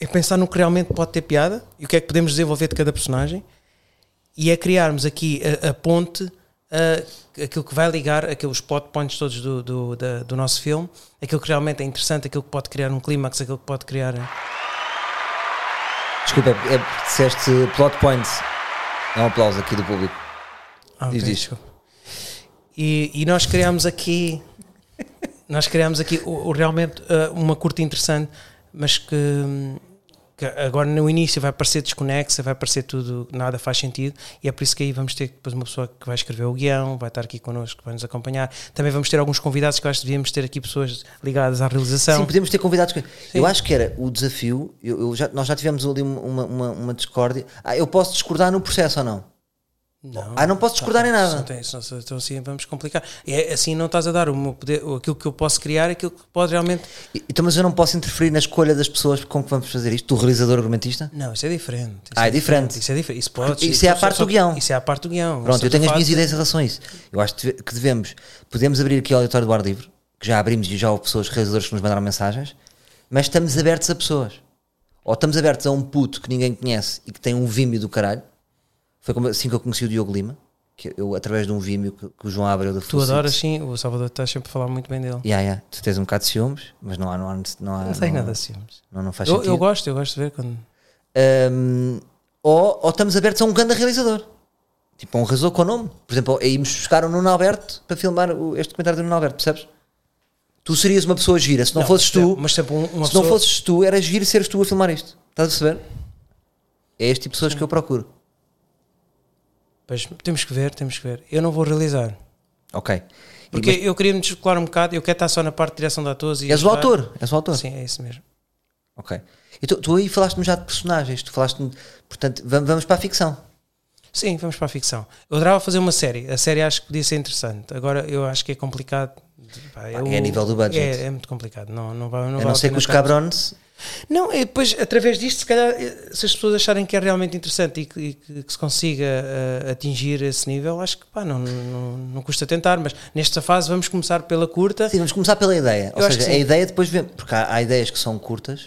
é pensar no que realmente pode ter piada e o que é que podemos desenvolver de cada personagem e é criarmos aqui a, a ponte, a, aquilo que vai ligar aqueles plot points todos do, do, da- do nosso filme, aquilo que realmente é interessante, aquilo que pode criar um clímax, aquilo que pode criar. desculpa, é, é porque disseste plot points. É um aplauso aqui do público. Ah, Diz, ok, diz. desculpa. E, e nós criamos aqui, nós criamos aqui o, o realmente ah, uma curta interessante, mas que, hum, que agora no início vai parecer desconexa, vai parecer tudo, nada faz sentido, e é por isso que aí vamos ter depois uma pessoa que vai escrever o guião, vai estar aqui connosco, vai nos acompanhar. Também vamos ter alguns convidados que eu acho que devíamos ter aqui pessoas ligadas à Sim, realização. podemos ter convidados. que- Eu acho que era o desafio. eu- eu já- nós já tivemos ali uma, uma, uma discórdia. Ah, eu posso discordar no processo ou não? Não. Ah, não posso discordar em Não, nada. não tem isso, não- então assim vamos complicar. É, assim não estás a dar o meu poder, aquilo que eu posso criar, aquilo que pode realmente E- Então, mas eu não posso interferir na escolha das pessoas com que vamos fazer isto? Do realizador argumentista? Não, isso é diferente. Isso Ah, é diferente. Isso é diferente. Isso, pode, Isso é à parte do guião. Isso é a parte do guião. Pronto, Isso eu tenho as tu minhas fazes- ideias em relação a isso. Eu acho que deve- que devemos, podemos abrir aqui o auditório do ar livre, que já abrimos e já houve pessoas, realizadores que nos mandaram mensagens, mas estamos abertos a pessoas. Ou estamos abertos a um puto que ninguém conhece e que tem um Vimeo do caralho. Foi como- assim que eu conheci o Diogo Lima, que eu, através de um Vimeo que, que o João Abreu da Tu adoras, sim. O Salvador está sempre a falar muito bem dele. Yeah, yeah. Tu tens um bocado de ciúmes, mas não há. Não, há, não, há, Não tem não- nada assim. mas- Não, não faz Eu, sentido. eu gosto, eu gosto de ver quando. Hum, ou, ou estamos abertos a um grande realizador. Tipo, a um realizador com nome. Por exemplo, aí íamos buscar o Nuno Alberto para filmar o- este documentário do Nuno Alberto, percebes? Tu serias uma pessoa gira. Se não, fosses mas tu, sempre- Mas sempre um- uma se não pessoa- fosses tu, era giro seres tu a filmar isto. Estás a perceber? É este tipo de pessoas que eu procuro. Pois, temos que ver, temos que ver. Eu não vou realizar. Ok. Porque Porque eu queria me descolar um bocado. Eu quero estar só na parte de direção de atores. E és o ajudar. autor. És o autor. Sim, é isso mesmo. Ok. E tu, tu aí falaste-me já de personagens. Tu falaste-me. Portanto, va- vamos para a ficção. Sim, vamos para a ficção. Eu adorava fazer uma série. A série acho que podia ser interessante. Agora eu acho que é complicado. Pá, eu- é a nível do budget. É, é muito complicado. Não, não, vai, não A vale não a ser que pena os estarmos- cabrones. Não, e depois, através disto, se calhar, eh, se as pessoas acharem que é realmente interessante e que, e que- que se consiga eh, atingir esse nível, acho que pá, não, não, não custa tentar, mas nesta fase vamos começar pela curta. Sim, vamos começar pela ideia. Ou Eu acho seja, que a sim. ideia depois vem. Porque há, há ideias que são curtas.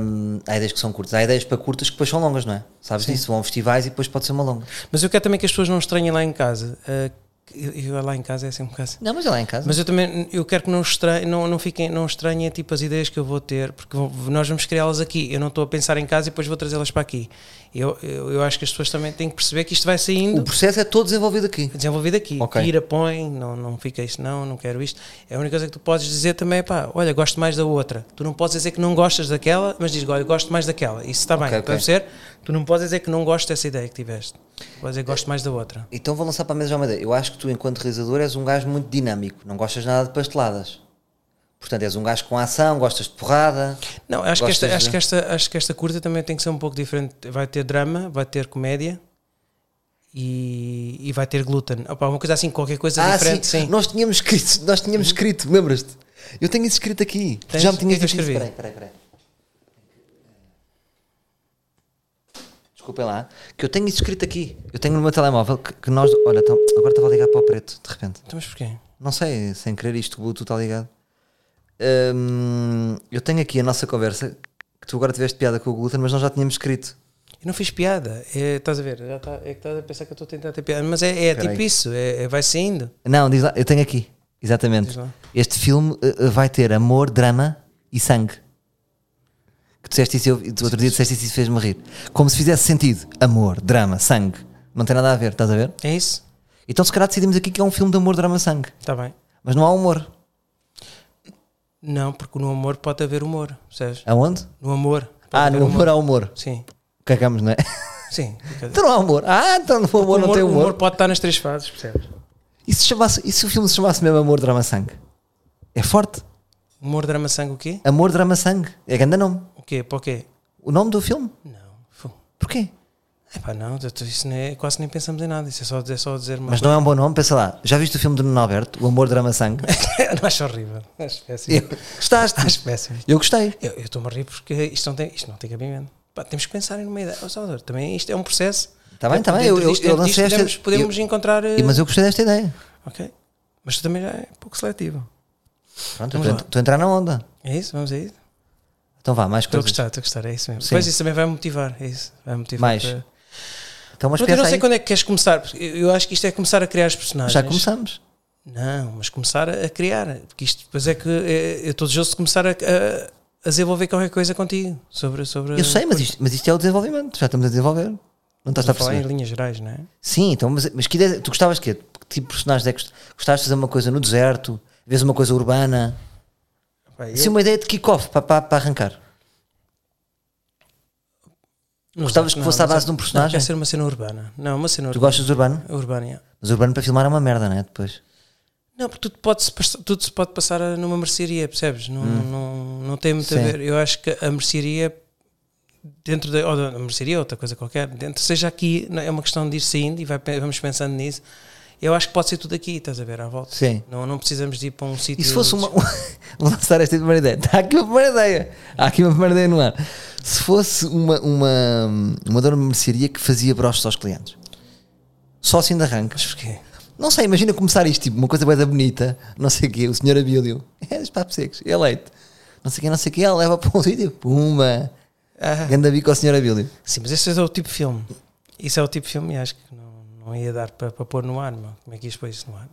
hum, há ideias que são curtas. Há ideias para curtas que depois são longas, não é? Sabes disso? Vão a festivais e depois pode ser uma longa. Mas eu quero também que as pessoas não estranhem lá em casa. eh, que- eu, eu lá em casa é sempre um caso. Não, mas é lá em casa. Mas eu também eu quero que não estranhem, não, não fiquem, não estranhem tipo as ideias que eu vou ter, porque vão- nós vamos criá-las aqui. Eu não estou a pensar em casa e depois vou trazê-las para aqui. Eu, eu, eu acho que as pessoas também têm que perceber que isto vai saindo. o processo é todo desenvolvido aqui. desenvolvido aqui. Ok. Tira, põe, não, não fica isto, não, não quero isto. É A única coisa que tu podes dizer também é pá, olha, gosto mais da outra. Tu não podes dizer que não gostas daquela, mas diz, olha, gosto mais daquela. Isso está Ok, bem, ok. deve ser. Tu não podes dizer que não gosto dessa ideia que tiveste. Podes dizer, gosto mais da outra. Então vou lançar para a mesa já uma ideia. Eu acho que tu, enquanto realizador, és um gajo muito dinâmico. Não gostas nada de pasteladas. Portanto, és um gajo com ação, gostas de porrada. Não, acho que, Gostas esta, de- acho, que esta, acho que esta curta também tem que ser um pouco diferente. Vai ter drama, vai ter comédia. E, e vai ter glúten. Opa, uma coisa assim, qualquer coisa Ah, diferente, sim. sim. Nós tínhamos escrito, nós tínhamos escrito, lembras-te? Eu tenho isso escrito aqui. Tu Tens? Já me tinhas O que é que eu dito isso. escrevi? Peraí, peraí, peraí. Desculpem lá, que eu tenho isso escrito aqui. Eu tenho no meu telemóvel que, que nós. Olha, então, agora estava a ligar para o preto, de repente. Então, mas porquê? Não sei, sem querer isto, o Bluetooth está ligado. Hum, eu tenho aqui a nossa conversa, que tu agora tiveste piada com o glúten, mas nós já tínhamos escrito. Eu não fiz piada, é, estás a ver? Já tá- é que estás a pensar que eu estou a tentar ter piada, mas é, é Espera tipo aí. isso, é, é- vai saindo. Não, diz lá, eu tenho aqui, exatamente. Diz lá. Este filme eh, eh, vai ter amor, drama e sangue. que tu disseste isso e eu- e tu outro dia disseste isso e fez-me rir. Como se fizesse sentido. Amor, drama, sangue. Não tem nada a ver, estás a ver? É isso? Então se calhar decidimos aqui que é um filme de amor, drama, sangue. Está bem. Mas não há humor. Não, porque no amor pode haver humor, percebes? Aonde? No amor. Ah, pode haver no humor há humor. Sim, Cagamos, não é? sim. quer dizer, Então não há humor. Ah, então no o humor não tem o humor. pode estar nas três fases, percebes? E se, chamasse, e se o filme se chamasse mesmo Amor, Drama, Sangue? É forte. Humor, drama, sangue, o quê? Amor, Drama, Sangue. É grande nome. O quê? Para o quê? O nome do filme? Não. Fu. Porquê? Epá, não, tu- tu- isso não é- quase nem pensamos em nada. Isso é só, é só dizer uma Mas não é um bom nome, pensa lá. Já viste o filme do Nuno Alberto? O Amor, Drama, Sangue? coisa. não acho horrível. Acho péssimo. Eu, gostaste? Acho péssimo. Eu gostei. Eu eu estou-me a rir porque isto não tem, isto não tem cabimento. Pá, temos que pensar em uma ideia. Ó, Salvador, também isto é um processo. Tá bem, tá bem, Dentro eu- eu- disto- eu dentro lancei disto esta- podemos, podemos encontrar. eh, E- Mas eu gostei desta ideia. Ok. Mas tu também já é pouco seletivo. Pronto, Vamos lá. estou a entrar na onda. É isso? Vamos a isso? Então vá, mais Estou a coisas. gostar, estou a gostar, é isso mesmo. Sim. Pois isso também vai motivar, é isso. Vai motivar. Mais. para- Então mas Pronto, eu pensa não sei aí. quando é que queres começar. porque Eu eu acho que isto é começar a criar os personagens. Já começamos. Não, mas começar a a criar. Porque isto depois é que é, eu estou desejoso de começar a, a, a desenvolver qualquer coisa contigo. Sobre, sobre Eu sei, mas isto, mas isto é o desenvolvimento. Já estamos a desenvolver. Não estás a Estou a falar em perceber? linhas gerais, não é? Sim, então, mas, mas que ideia, tu gostavas de quê? Que tipo de personagens é que gost- gostavas de fazer uma coisa no deserto? Vês uma coisa urbana? Pá, eu- Sim, uma ideia de kick-off para, para, para arrancar. Não Gostavas sei, que fosse à base de um personagem? Não, quer ser uma cena urbana. Não, uma cena Tu urbana. gostas de urbano? urbana yeah. Mas urbano para filmar é uma merda, não é? Depois. Não, porque tudo, pode -se, pass- tudo se pode passar a- numa mercearia, percebes? Não, não, não tem muito a Hum. Sim. ver. Eu acho que a mercearia, dentro da. Ou da a mercearia, outra coisa qualquer, dentro, seja aqui, não é uma questão de ir saindo e vai pe- vamos pensando nisso. Eu acho que pode ser tudo aqui, estás a ver, à volta. Sim. Não, não precisamos de ir para um sítio. E se fosse uma. Vou lançar esta primeira ideia. Está aqui uma primeira ideia. Há aqui uma primeira ideia no ar. Se fosse uma, uma, uma dona de mercearia que fazia broches aos clientes. Só assim de arranque. Mas porquê? Não sei, imagina começar isto, tipo, uma coisa bem bonita, não sei o quê, o senhor Abílio, é dos papos secos, é leite, não sei o quê, não sei o quê, ela leva para um sítio, pumba, Ah, ganda bico ao senhor Abílio. sim, mas esse é o tipo de filme. Isso é o tipo de filme e acho que não, não ia dar para, para pôr no ar, meu. Como é que ias pôr isso no ar?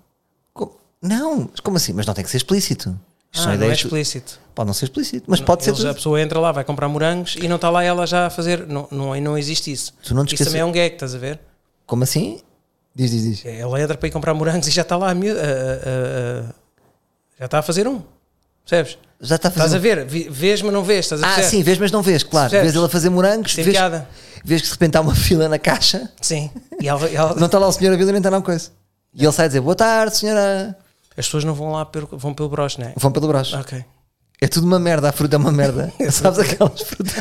Co- Não, mas como assim? Mas não tem que ser explícito. Isto Ah, são não é ideias- explícito. Pode não ser explícito, mas pode ser. Eles- A tudo. pessoa entra lá, vai comprar morangos e não está lá ela já a fazer. Não, não, não existe isso. Tu não te isso esqueças- também é um gag, estás a ver? É, Como assim? Diz, diz, diz. Ela entra para ir comprar morangos e já está lá a miúda. a- a- a- já está a fazer um. Percebes? Já está Tá a fazer. um. Estás a ver? Vi- Vês, mas não vês. Estás a Ah, perceber? sim, vês, mas não vês, claro. Percebes? Vês ele a fazer morangos, Tem vês, piada. vês que de repente há uma fila na caixa, Sim. E ela- e ela- não está lá o senhor Abílio, nem está lá uma coisa. E ele sai a dizer, boa tarde, senhora. as pessoas não vão lá, pelo, vão pelo broche, não é? Vão pelo broche. Ok. É tudo uma merda, a fruta é uma merda. Sabes aquelas frutas?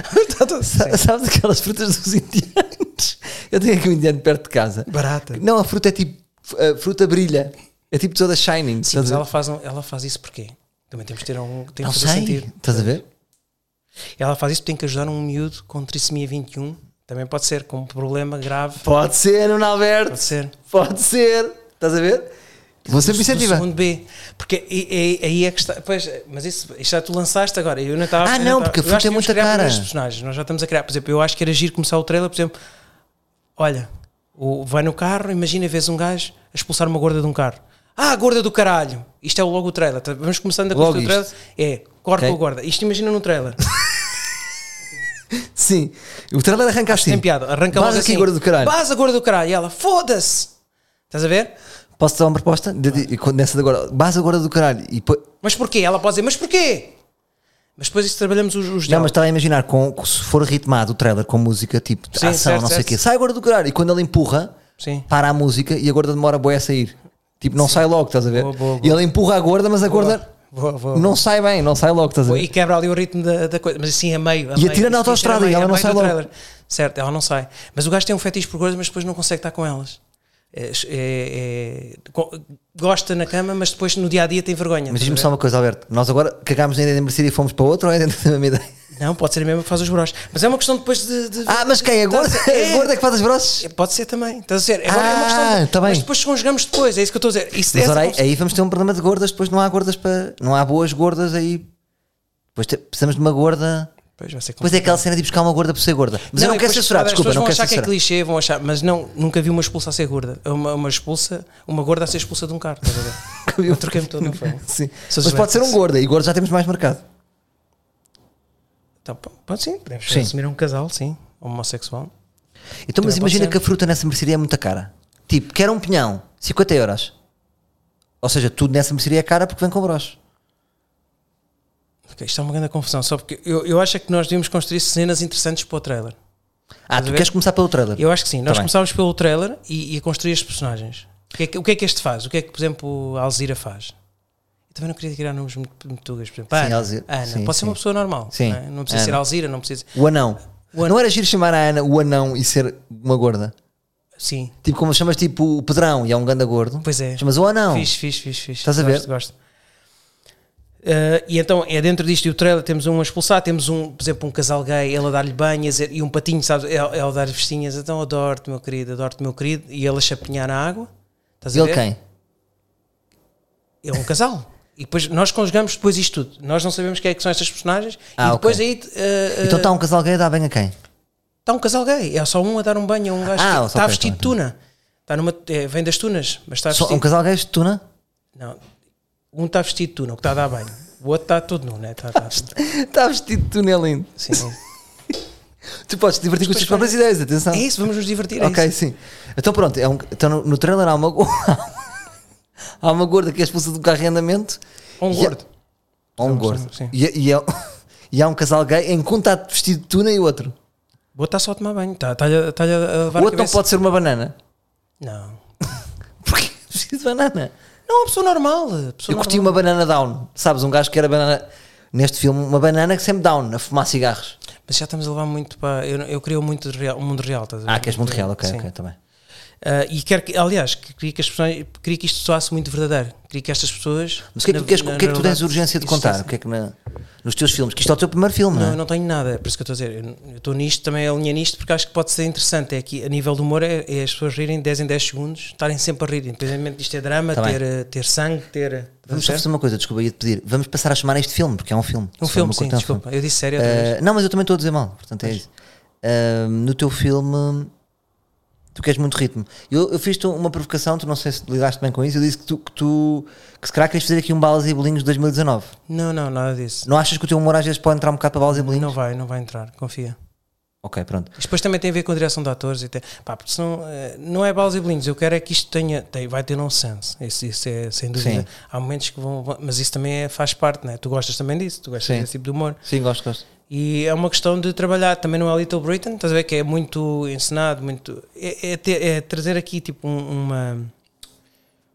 Sa- Sabes aquelas frutas dos indianos? Eu tenho aqui um indiano perto de casa. Barata. Não, a fruta é tipo. A fruta brilha. É tipo toda shining. Sim, estás mas a ver? ela faz, um- ela faz isso porquê? Também temos que ter um. Tem não que fazer sei. sentido. Estás a ver? Ela faz isso porque tem que ajudar um miúdo com trissomia 21. Também pode ser, com um problema grave. Pode ser, Nuno Alberto. Pode ser. Pode ser. Estás a ver? Vou sempre do incentivar. segundo B. Porque aí, aí- aí é que está. Pois, mas isso, isto já tu lançaste agora. Eu não estava Ah, eu não, estava- porque a eu fruta acho que é temos muita que criar cara. primeiros personagens. Nós já estamos a criar. Por exemplo, eu acho que era giro começar o trailer, por exemplo. Olha, o, vai no carro, imagina, vês um gajo a expulsar uma gorda de um carro. Ah, gorda do caralho! Isto é logo o trailer. Tá- Vamos começando a Logo construir o trailer. isto. É, corta Ok. com a gorda. Isto imagina no trailer. Sim. O trailer arranca assim. Tem piada. Arranca Vaza logo aqui, assim. gorda do caralho. Vaza, gorda do caralho. E ela, foda-se! Estás a ver? Posso dar uma proposta? De- de- e quando- Nessa de agora. Base agora do caralho. E depois- Mas porquê? Ela pode dizer, mas porquê? Mas depois isso trabalhamos os, os Não, diálogos. mas estava a imaginar, com, com- se for ritmado o trailer com música tipo de Sim, ação, certo, não sei o certo. quê, sai agora do caralho. E quando ele empurra, Sim. para a música e a gorda demora boa a sair. Tipo, não sai logo, estás a ver? Boa, boa, E boa. ele empurra a gorda, mas a gorda Boa, boa, não sai bem, não sai logo, estás a boa. E ver? quebra ali o ritmo da, da coisa, mas assim a meio. A atira meio. na Isso, isso era autoestrada e meio, ela a não meio sai do logo. trailer. Certo, ela não sai. Mas o gajo tem um fetiche por gordas, mas depois não consegue estar com elas. É- é- é- co- gosta na cama, mas depois no dia a dia tem vergonha. Mas estás a diz-me ver? só uma coisa, Alberto. Nós agora cagámos na ideia da Mercedes e fomos para outra ou é dentro da mesma ideia? Não, pode ser a mesma que faz os broches. Mas é uma questão depois de. de- Ah, mas quem? A Estás gorda? a- é. A gorda que faz as broches? É, Pode ser também. Estás a dizer? Agora é uma Ah, questão. de- tá bem. Mas depois conjugamos depois, é isso que eu estou a dizer. Isso Mas essa ora, aí, confusão- aí vamos ter um problema de gordas, depois não há gordas para. Não há boas gordas aí. Depois te- precisamos de uma gorda. Pois vai ser Depois é aquela cena de ir buscar uma gorda por ser gorda. Mas eu não e quero depois, censurar, claro, as desculpa, pessoas não vão quero achar que é censurar. clichê, vão achar, mas não, nunca vi uma expulsa a ser gorda. É Uma, uma expulsa, uma gorda a ser expulsa de um carro, estás a ver? Eu é troquei-me todo, não foi? Sim. Sou Mas pode ser um desleal. gorda e gordo já temos mais marcado. Então, pô, pode sim, podemos Sim. assumir um casal, sim, homossexual. Então, mas Também pode imagina ser. que a fruta nessa mercearia é muito cara. Tipo, quer um pinhão, 50 euros. Ou seja, tudo nessa mercearia é cara porque vem com broche. Ok, isto é uma grande confusão, só porque eu, eu acho é que nós devíamos construir cenas interessantes para o trailer. Ah, a tu ver? queres começar pelo trailer? Eu acho que sim. Nós Tá bem. começámos pelo trailer e, e a construir as personagens. O que, é que, o que é que este faz? O que é que, por exemplo, a Alzira faz? Eu também não queria tirar nomes muito, muito tugas, por exemplo. Sim, Ana, Alzira. Ana. Sim, pode ser uma sim. pessoa normal. Sim. Não, é? Não precisa ser Ana. Alzira, não precisa. O anão. O anão. Não era giro chamar a Ana o anão e ser uma gorda? Sim. Tipo, como chamas tipo o Pedrão e é um ganda gordo. Pois é. Chamas o anão. Fixe, fixe, fixe, fixe. Estás a Gosto, ver? Gosto. Ah, e então é dentro disto e o trailer temos um a expulsar, temos um, por exemplo, um casal gay, ela a dar-lhe banhas e um patinho, sabes? Ela, ela a dar vestinhas, então adoro-te, meu querido, adoro-te, meu querido, e ele a chapinhar na água. Estás a Ele ver? quem? é um casal. E depois nós conjugamos depois isto tudo. Nós não sabemos quem é que são estas personagens. Ah, e depois ok. aí eh, eh, Então está um casal gay a dar bem a quem? tá um casal gay. É só um a dar um banho a um gajo Ah, que só está ok, vestido de tá, tuna. Tá numa, eh, vem das tunas, mas está Só vestido. um casal gay de tuna? Não, um está vestido de tuna, o que está a dar banho. O outro está todo nu, né? Tá, tá, Está vestido de tuna, é lindo. sim, sim. Tu podes te divertir com as tuas próprias ideias, atenção. É isso, vamos nos divertir. É ok, isso. sim. Então pronto, é um- então, no, no trailer há uma, go- há uma gorda que é expulsa do carro em andamento. Ou Um E- é gordo. Ou um Sim, gordo. sim. E, e é- e há um casal gay em que um está vestido de tuna e o outro. O outro está só a tomar banho. Está tá a, tá a o levar a outro não cabeça. pode ser uma banana. Não. Porque é vestido de banana. Não, é uma pessoa normal. Pessoa Eu curti uma normal. banana down. Sabes, um gajo que era banana. Neste filme, uma banana que sempre down, a fumar cigarros. Mas já estamos a levar muito para. Eu, eu queria muito de real, um mundo real. Estás a ver? Ah, que és muito real, ok, Sim. ok, tá também. Ah, e quero que, aliás, que- queria que, as pessoas, queria que isto soasse muito verdadeiro. Queria que estas pessoas. Mas o que é que na- tu, queres, na o que é que tu tens realidade, urgência de isto contar? O soasse- que é que na- nos teus filmes? Que isto é o teu primeiro filme, Não, não, eu é? não tenho nada, é por isso que eu estou a dizer. Eu- Eu estou nisto, também alinha nisto, porque acho que pode ser interessante. É que a nível do humor é, é as pessoas rirem 10 em 10 segundos, estarem sempre a rir, independentemente disto é drama, Tá bem. ter, eh, ter sangue, ter. Vamos só Tá fazer uma coisa, desculpa, ia te pedir. Vamos passar a chamar este filme, porque é um filme. Um Só filme, uma sim, curta, é um filme. desculpa. Eu disse sério outra vez. Ah, não, mas eu também estou a dizer mal, portanto é isso. Ah, no teu filme, tu queres muito ritmo. Eu, eu fiz-te uma provocação, tu não sei se lidaste bem com isso. Eu disse que tu, que tu que se calhar querias fazer aqui um Balas e Bolinhos de 2019. Não, não, nada disso. Não achas que o teu humor às vezes pode entrar um bocado para Balas e Bolinhos? Não vai, não vai entrar, confia. Ok, pronto. Isto depois também tem a ver com a direção de atores e até, pá, porque senão, eh, não é balas e bolinhos, eu quero é que isto tenha, tem- vai ter nonsense, isso, isso é sem dúvida, Sim. há momentos que vão, vão- mas isso também é- faz parte, né? tu gostas também disso, tu gostas Sim. desse tipo de humor, Sim, gosto, gosto. e é uma questão de trabalhar, também não é Little Britain, estás a ver que é muito encenado, muito, é, é ter- é trazer aqui tipo um- uma,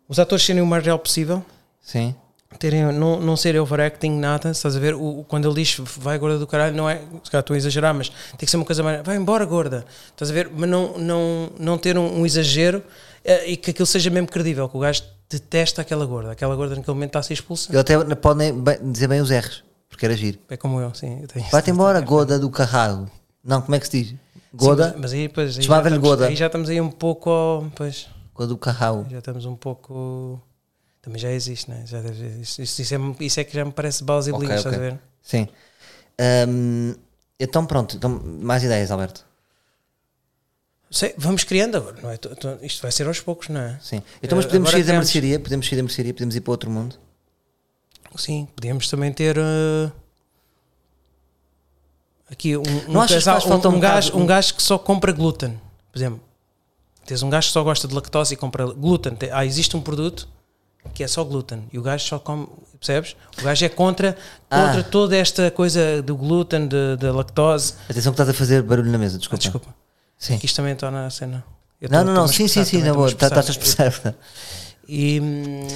os atores serem o mais real possível, Sim. terem, não, não ser overacting nada, estás a ver? O, o- quando ele diz vai gorda do caralho, não é, se calhar estou a exagerar, mas tem que ser uma coisa mais, vai embora gorda, estás a ver? Mas não, não, não ter um, um exagero eh, e que aquilo seja mesmo credível, que o gajo detesta aquela gorda, aquela gorda naquele momento está a ser expulsa. Ele até pode nem bem- dizer bem os R's, porque era giro. É como eu, sim, eu tenho Vai-te embora, goda do carrado. Não, como é que se diz? Sim, Goda, mas, mas aí, pois, aí, já Chamava-lhe estamos, Goda. aí já estamos aí um pouco, ao- pois, goda do carrao. já estamos um pouco, também já existe, né? já deve, isso, isso, é, isso é que já me parece balas e Ok, bolinhos, estás a ok. ver? Sim. Hum, então pronto, então, mais ideias, Alberto. Sei, vamos criando agora, não é? Tu- tu- Isto vai ser aos poucos, não é? Sim. Então, mas Eh, podemos agora sair da temos- mercearia, podemos sair da mercearia, podemos ir para outro mundo. Sim, podíamos também ter eh, aqui um, um, Não achas que faz falta um, um gajo, bocado- um gajo que só compra glúten, por exemplo. Tens um gajo que só gosta de lactose e compra glúten. Te- Ah, existe um produto que é só glúten e o gajo só come, percebes? O gajo é contra, Ah. contra toda esta coisa do glúten, de- da lactose. Atenção que estás a fazer barulho na mesa, Ah, desculpa. desculpa, Tá Sim. que isto também está na cena. Eu Não, não, tô- tô-me não, a sim, sim, expressar, sim, também na boa, tô-me a tá- estás a expressar. expressar. verdade. E, hum,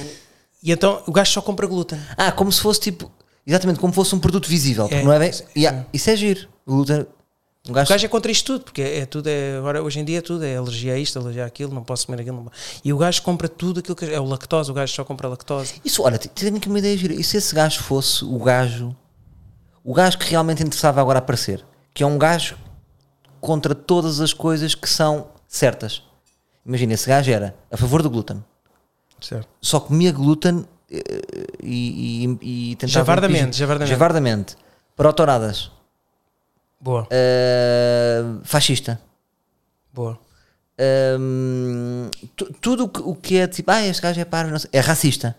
e então o gajo só compra glúten. Ah, como se fosse tipo, exatamente, como fosse um produto visível, porque É, não é bem. sim, Yeah, Isso é giro. O glúten- um O gajo. gajo é contra isto tudo, porque é tudo, é, agora hoje em dia é tudo, é alergia a isto, alergia a aquilo, não posso comer aquilo. Não... posso. E o gajo compra tudo aquilo que é o lactose, o gajo só compra lactose. Isso, olha, tirei aqui uma ideia gira. E se esse gajo fosse o gajo, o gajo que realmente interessava agora aparecer, que é um gajo contra todas as coisas que são certas. Imagina, esse gajo era a favor do glúten, só comia glúten eh, e, e, e tentava. Javardamente, impingir- javardamente. javardamente. Protoradas. Boa, eh, fascista. boa. Hum, tu- tudo o que, o que é tipo, ah, este gajo é parvo, não sei, é racista.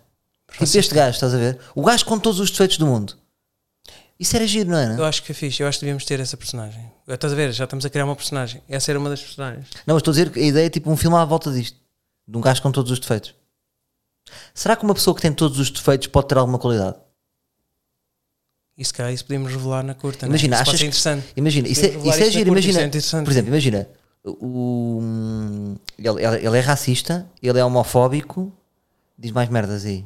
Tipo este gajo, estás a ver? O gajo com todos os defeitos do mundo. Isso era giro, não era? Eu acho que é fixe, eu acho que devíamos ter essa personagem. Estás a ver? Já estamos a criar uma personagem. Essa era uma das personagens. Não, mas estou a dizer que a ideia é tipo um filme à volta disto. De um gajo com todos os defeitos. Será que uma pessoa que tem todos os defeitos pode ter alguma qualidade? E se calhar isso podíamos revelar na curta. não é? Imagina, isso achas pode ser que- interessante. Imagina, isso é, Podemos revelar isso é isto na giro, curta, imagina. isto é interessante. Por exemplo, imagina, o, hum, ele, ele- ele é racista, ele é homofóbico, diz mais merdas aí.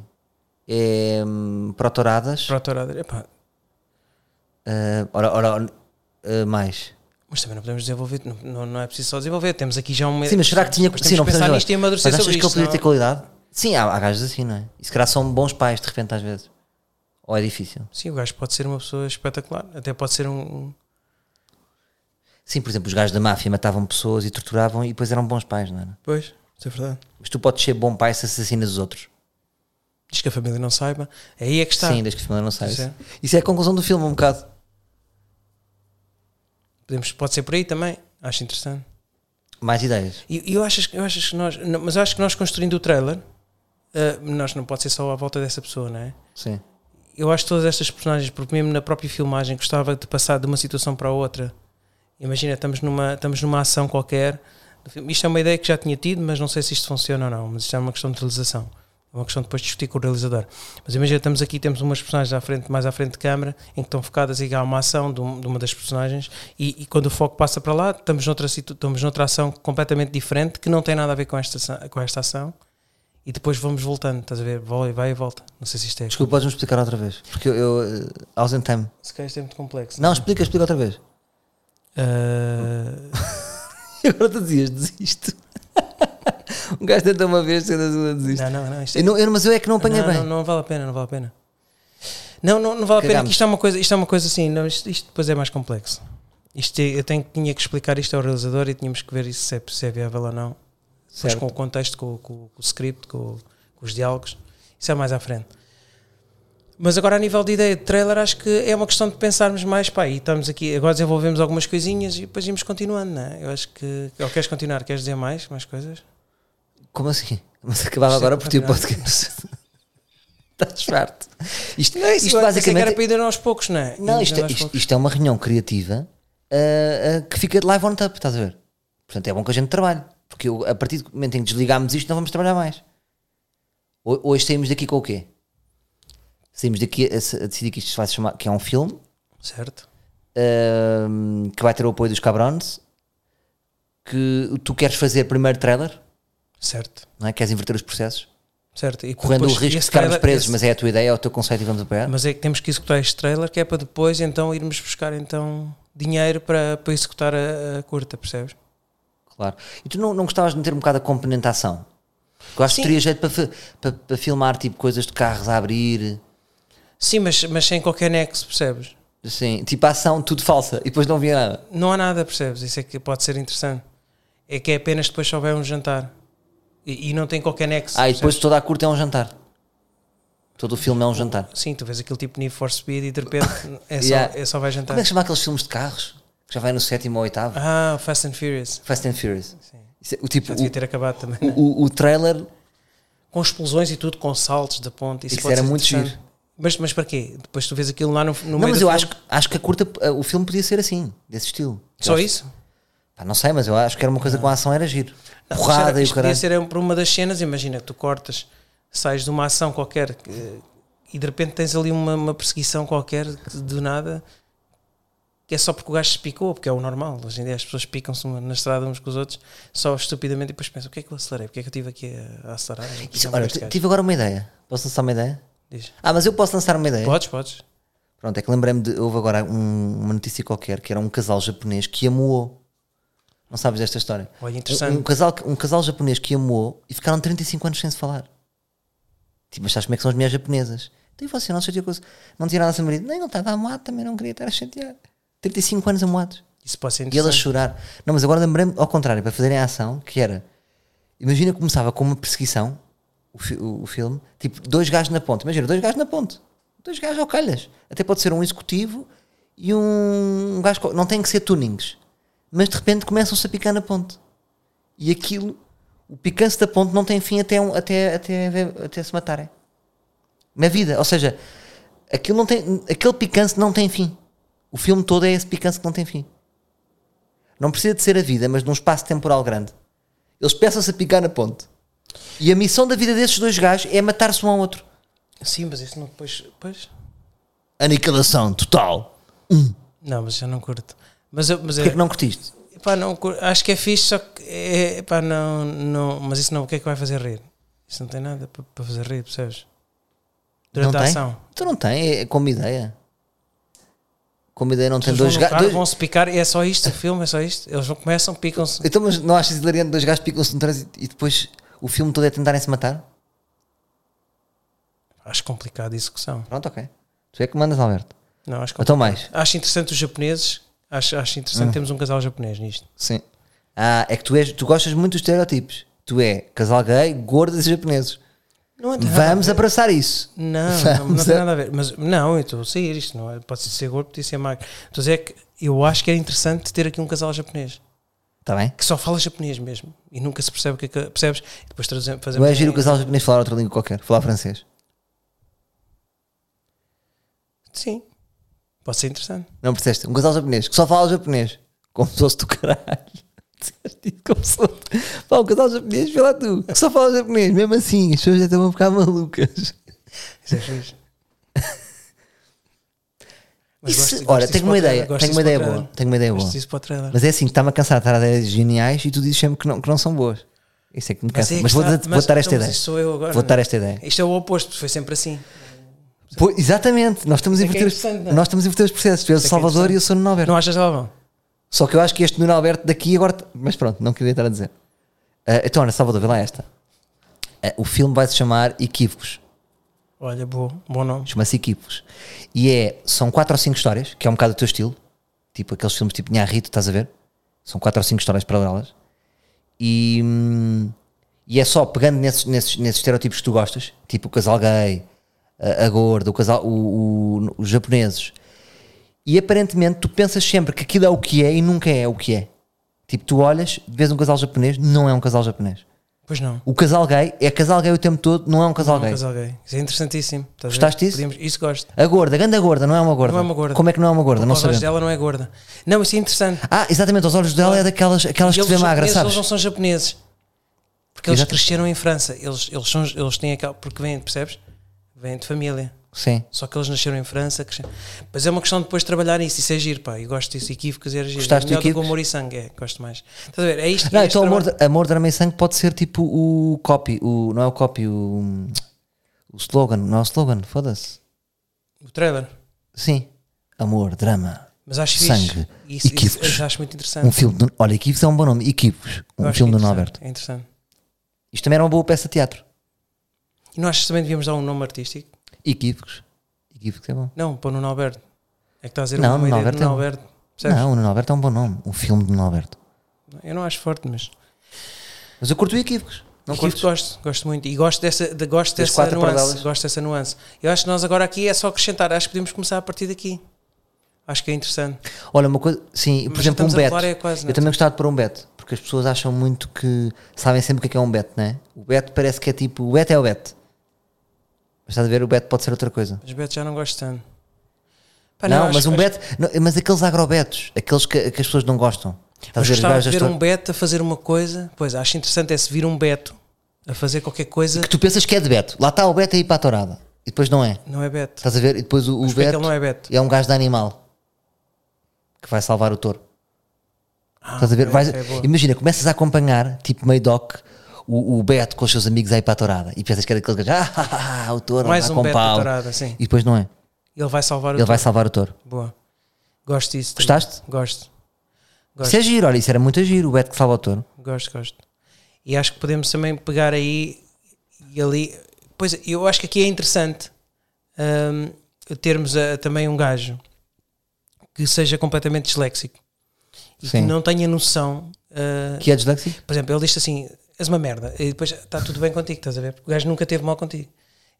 É hum, protoradas. Para o Torado, epá, ah, ora, ora, ah, mais. mas também não podemos desenvolver, não, não, não é preciso só desenvolver. Temos aqui já uma. Sim, mas será que tinha Mas sim, temos não que pensar precisamos- nisto e amadurecer mas achas sobre que isto. ele poderia ter não? é? qualidade? Sim, há, há gajos assim, não é? E se calhar são bons pais de repente às vezes. Ou é difícil? Sim, o gajo pode ser uma pessoa espetacular. Até pode ser um. Sim, por exemplo, os gajos da máfia matavam pessoas e torturavam e depois eram bons pais, não era? Pois, isso é verdade. Mas tu podes ser bom pai se assassinas os outros. Diz que a família não saiba. Aí é que está. Sim, desde que o filme não saiba. Isso é. Isso. Isso é a conclusão do filme, um bocado. Podemos, pode ser por aí também. Acho interessante. Mais ideias. E e eu acho, eu acho que nós. não, mas eu acho que nós construindo o trailer, ah, nós não pode ser só à volta dessa pessoa, não é? Sim. eu acho que todas estas personagens, porque mesmo na própria filmagem gostava de passar de uma situação para a outra. Imagina, estamos numa, estamos numa ação qualquer. do filme. Isto é uma ideia que já tinha tido, mas não sei se isto funciona ou não. Mas isto é uma questão de realização. É uma questão de depois discutir com o realizador. Mas imagina, estamos aqui, temos umas personagens à frente, mais à frente de câmara, em que estão focadas e há uma ação de, um- de uma das personagens. E, e quando o foco passa para lá, estamos noutra, situ- estamos noutra ação completamente diferente, que não tem nada a ver com esta, ação- com esta ação. E depois vamos voltando, estás a ver? Vai, vai e volta. Não sei se isto é. Desculpa, podes-me explicar outra vez? Porque eu, eu eh, ausentei-me. Se calhar isto é muito complexo. Não, explica, explica outra vez. Ah, E agora tu dizias, desisto. um gajo tenta uma vez, tenta desiste. não, não, não. Isto é- Eu não, eu, mas eu é que não apanhei não, bem. não, não vale a pena, não vale a pena. Não, não, não vale a pena. Cagamos. que Isto é uma coisa, isto é uma coisa assim. Não, isto, isto depois é mais complexo. Isto é- eu tenho, tinha que explicar isto ao realizador e tínhamos que ver isso se é, se é viável ou não. Depois Certo. com o contexto, com, com- com o script, com, com os diálogos. Isso é mais à frente. Mas agora a nível de ideia de trailer acho que é uma questão de pensarmos mais, pá, e estamos aqui, agora desenvolvemos algumas coisinhas e depois íamos continuando, não é? Eu acho que. Ou queres continuar? Queres dizer mais? Mais coisas? Como assim? Mas acabava Isto é agora para por ti o combinar. podcast. Estás farto. Isto, Não, isso isto eu pensei que era basicamente. para ir aos poucos, não é? Não, Ir isto, aos isto- poucos. isto é uma reunião criativa ah, ah, que fica de live on top, estás a ver? Portanto, é bom que a gente trabalhe. Porque eu, a partir do momento em que desligarmos isto, não vamos trabalhar mais. Ho- Hoje saímos daqui com o quê? Saímos daqui a, a decidir que isto se vai se chamar, que é um filme, Certo. ah, que vai ter o apoio dos cabrones, que tu queres fazer primeiro trailer, Certo. não é? Queres inverter os processos, Certo. E correndo depois o risco de esse ficarmos trailer- presos, esse- mas é a tua ideia, é o teu conceito e vamos apoiar. mas é que temos que executar este trailer que é para depois então irmos buscar então dinheiro para, para executar a, a curta, percebes? Claro. E tu não, não gostavas de meter um bocado a componente ação? Eu acho Sim. que teria jeito para, fi- para, para filmar tipo coisas de carros a abrir, Sim, mas, mas sem qualquer nexo, percebes? assim, tipo ação, tudo falsa, e depois não via nada. Não há nada, percebes? Isso é que pode ser interessante. É que é apenas depois só houver um jantar. E, e não tem qualquer nexo. Ah, e depois percebes? toda a curta é um jantar. Todo o filme é um jantar. Sim, tu vês aquele tipo de Need for Speed e de repente é só, Yeah. é só vai jantar. Como é que chama aqueles filmes de carros? Que já vai no sétimo ou oitavo? Ah, Fast and Furious. Fast and Furious. Isso é- o tipo, Já devia ter acabado também. o, o, o trailer com explosões e tudo, com saltos da ponte. Isso, Isso pode era ser muito interessante. giro. Mas, mas para quê? Depois tu vês aquilo lá no, no meio não, mas do eu filme? acho, que- acho que a curta, eh, o filme podia ser assim, desse estilo. Só Eu acho- isso? Pá, não sei, mas eu acho que era uma coisa com a ação era giro. Não, isto Porrada era- e isto o caralho. podia ser por uma das cenas, imagina, tu cortas, sais de uma ação qualquer que- e de repente tens ali uma, uma perseguição qualquer que do nada que é só porque o gajo se picou, porque é o normal. Hoje em dia as pessoas picam-se uma- na estrada uns com os outros só estupidamente e depois pensam: o que é que eu acelerei? Porque é que eu estive aqui a, a acelerar? Eu não Isso, precisava olha, deste t- gajo." tive agora uma ideia. Posso lançar uma ideia? Diz. Ah, mas eu posso lançar uma ideia. Podes, podes. Pronto, é que lembrei-me de. Houve agora um- uma notícia qualquer que era um casal japonês que amoou. Não sabes desta história? Olha, Um, interessante. um casal, que- um casal japonês que amoou e ficaram 35 anos sem se falar. Tipo, mas sabes como é que são as mulheres japonesas? Então e você não se chateou com isso? Não tinha nada a seu marido? Nem, não estava amoado também, não queria estar a chatear. 35 anos amoados. Isso pode ser E ele a interessante. chorar. Não, mas agora lembrei-me, ao contrário, para fazerem a ação, que era. Imagina que começava com uma perseguição, o, fi- o- o filme, tipo, dois gajos na ponte. Imagina, dois gajos na ponte. Dois gajos ao calhas. Até pode ser um executivo e um, um gajo. co- Não tem que ser tunings. Mas de repente começam-se a picar na ponte. E aquilo, o picante da ponte não tem fim até, um- até, até, até se matarem. Na vida, ou seja, aquilo não tem, aquele picante não tem fim. O filme todo é esse picante que não tem fim. Não precisa de ser a vida, mas num espaço temporal grande. Eles peçam-se a picar na ponte. E a missão da vida desses dois gajos é matar-se um ao outro. Sim, mas isso não depois. Pois. Aniquilação total. Não, mas eu não curto. Mas, eu, mas Porquê é eu, que não curtiste? Pá, não cur- acho que é fixe, só que é, pá, não, não, mas isso não, o que é que vai fazer rir? Isso não tem nada para para fazer rir, percebes? Durante não a tem? ação. Tu não tem, é como ideia. Como ideia não tem Eles vão dois no gajos. carro, dois- Vão-se picar e é só isto, o filme é só isto. Eles vão, começam, picam-se. Então, mas não achas hilariante dois gajos picam-se no trânsito e depois o filme todo é tentarem se matar? Acho complicado a execução. Pronto, ok. Tu é que mandas, Alberto. Não, acho, complicado. Então mais. acho interessante os japoneses. Acho, acho Hum. interessante termos um casal japonês nisto. Sim. Ah, é que tu, és, tu gostas muito dos estereotipos. Tu é casal gay, gordas e japoneses. Não é nada Vamos abraçar isso. Não, não, não Vamos é- tem a- nada a ver. Mas não, eu estou a sair isto, não é? Pode ser gordo, pode ser magro. Estou a dizer que eu acho que era interessante ter aqui um casal japonês Está Tá bem? que só fala japonês mesmo e nunca se percebe o que é que percebes. E depois traduzem, fazemos. Não é giro o casal japonês falar outra língua qualquer, falar francês. Sim, pode ser interessante. Não percebeste? Um casal japonês que só fala japonês. Como se fosse do caralho. Disseste isso Como se fosse. Pá, um casal japonês, vê lá tu. Que só fala japonês. Mesmo assim, as pessoas já estão a ficar malucas. Isso é fixe. Mas Isso- gosto- gosto olha, disso tenho para uma o trailer, ideia. Tenho gosto disso uma ideia para o boa. trailer. Tenho uma ideia Gosto boa. disso para o trailer. Mas é assim, está-me a cansar de estar a dar ideias geniais e tu dizes sempre que não, que não são boas. Isso é que me Mas cansa. é Mas, que vou, está- dar- vou dar esta então, mas ideia. isto sou eu agora, vou não é? dar esta ideia. Isto é o oposto, foi sempre assim. Pô, exatamente, nós estamos, a É que é inverter os, interessante, não é? nós estamos a inverter os processos. Tu és é o Salvador e eu sou o Nuno Alberto. Não achas Alvão? Só que eu acho que este Nuno Alberto daqui agora. Mas pronto, não queria estar a dizer. Ah, então, olha, Salvador, vê lá esta. Ah, o filme vai se chamar Equívocos. Olha, boa, bom nome. Chama-se Equívocos. E é. São quatro ou cinco histórias, que é um bocado o teu estilo. Tipo aqueles filmes tipo Rito, estás a ver? São quatro ou cinco histórias paralelas. E. hum, e é só pegando nesses, nesses, nesses estereotipos que tu gostas, tipo o casal gay, a, a gorda, o casal, o- o- os japoneses, e aparentemente tu pensas sempre que aquilo é o que é e nunca é o que é. Tipo, tu olhas, vês um casal japonês, não é um casal japonês. Pois não. O casal gay é casal gay o tempo todo, não é um casal gay. Casal gay. Isso é interessantíssimo. estás a ver? Gostaste disso? Podíamos- isso gosto. A gorda, grande gorda, não é uma gorda. Não é uma gorda. Como é que não é uma gorda? Porque Não aos olhos sabemos. dela não é gorda. Não, isso é interessante. Ah, exatamente, aos olhos dela é daquelas aquelas que Eles te vê são magra, japoneses, sabes? Eles não são japoneses. Porque eles Exato. cresceram em França. Eles, eles, são, eles têm aquela. Porque vêm, percebes? Vêm de família. Sim. Só que eles nasceram em França. Cresceram. Mas é uma questão de depois trabalhar isso. Isso é giro, pá. Eu gosto disso. Equívocos era giro. Gostaste do é melhor do que Equívocos? amor e sangue. É, gosto mais. Estás a ver? É isto. Não, é então este amor, trabalho. amor, drama e sangue pode ser tipo o copy, o, não é o copy, o, o slogan, não é o slogan, foda-se. O trailer. Sim. Amor, drama. Mas acho Sangue. fixe. Isso, isso, Equívocos. isso acho muito interessante. Um filme, de, olha, Equívocos é um bom nome, Equívocos, um Eu acho é. filme que do é interessante, Norberto. É interessante. Isto também era uma boa peça de teatro. E não achas que também devíamos dar um nome artístico? Equívocos. Equívocos é bom. Não, para o Nuno Alberto. É que estás a dizer Não, uma Nuno ideia do Alberto é Nuno um- Alberto. Percebes? Não, o Nuno Alberto é um bom nome, um filme do Nuno Alberto. Eu não acho forte, mas. Mas eu curto o Equívocos. Não Equipe curto. gosto, gosto muito. E gosto dessa, de, gosto Das dessa quatro nuance. paralelas. Gosto dessa nuance. Eu acho que nós agora aqui é só acrescentar. Acho que podemos começar a partir daqui. Acho que é interessante. Olha, uma coisa, sim, por Mas exemplo, um estamos a beto. falar é quase, não é? eu também gostava de pôr um beto, porque as pessoas acham muito que sabem sempre o que é, que é um beto, né? O beto parece que é tipo, o beto é o beto. Mas estás a ver, o beto pode ser outra coisa. Mas Beto já não gosto tanto. Pá, não, acho- mas um acho- beto, não, mas aqueles agrobetos, aqueles que, que as pessoas não gostam. Estás Mas a ver, os gostava de gajos ver da um história- Beto a fazer uma coisa. Pois, acho interessante é se vir um Beto a fazer qualquer coisa. que tu pensas que é de beto, lá está o beto aí para a tourada, e depois não é. Não é Beto. Estás a ver, e depois o, o Mas porque é que beto ele não é Beto? é um gajo de animal que vai salvar o touro. Estás a ver? Ah, ok, Vais- ok, boa. imagina, começas a acompanhar, tipo meio doc, o, o Beto com os seus amigos aí para a tourada e pensas que é daqueles gajos, ah, ah, ah, o touro Mais lá um com Beto para a pau. tourada, sim. E depois não é. Ele vai salvar o Ele vai touro. salvar o touro. Boa. Gosto disso. também. Gostaste? Gosto. Gosto. Isso é giro, olha, isso era muito giro, o Beto que salva o touro. Gosto, gosto. E acho que podemos também pegar aí e ali. Pois é, eu acho que aqui é interessante hum, termos ah, também um gajo que seja completamente disléxico e Sim. que não tenha noção. ah, Que é disléxico? por exemplo, ele diz assim: és uma merda, e depois está tudo bem contigo, estás a ver? Porque o gajo nunca teve mal contigo.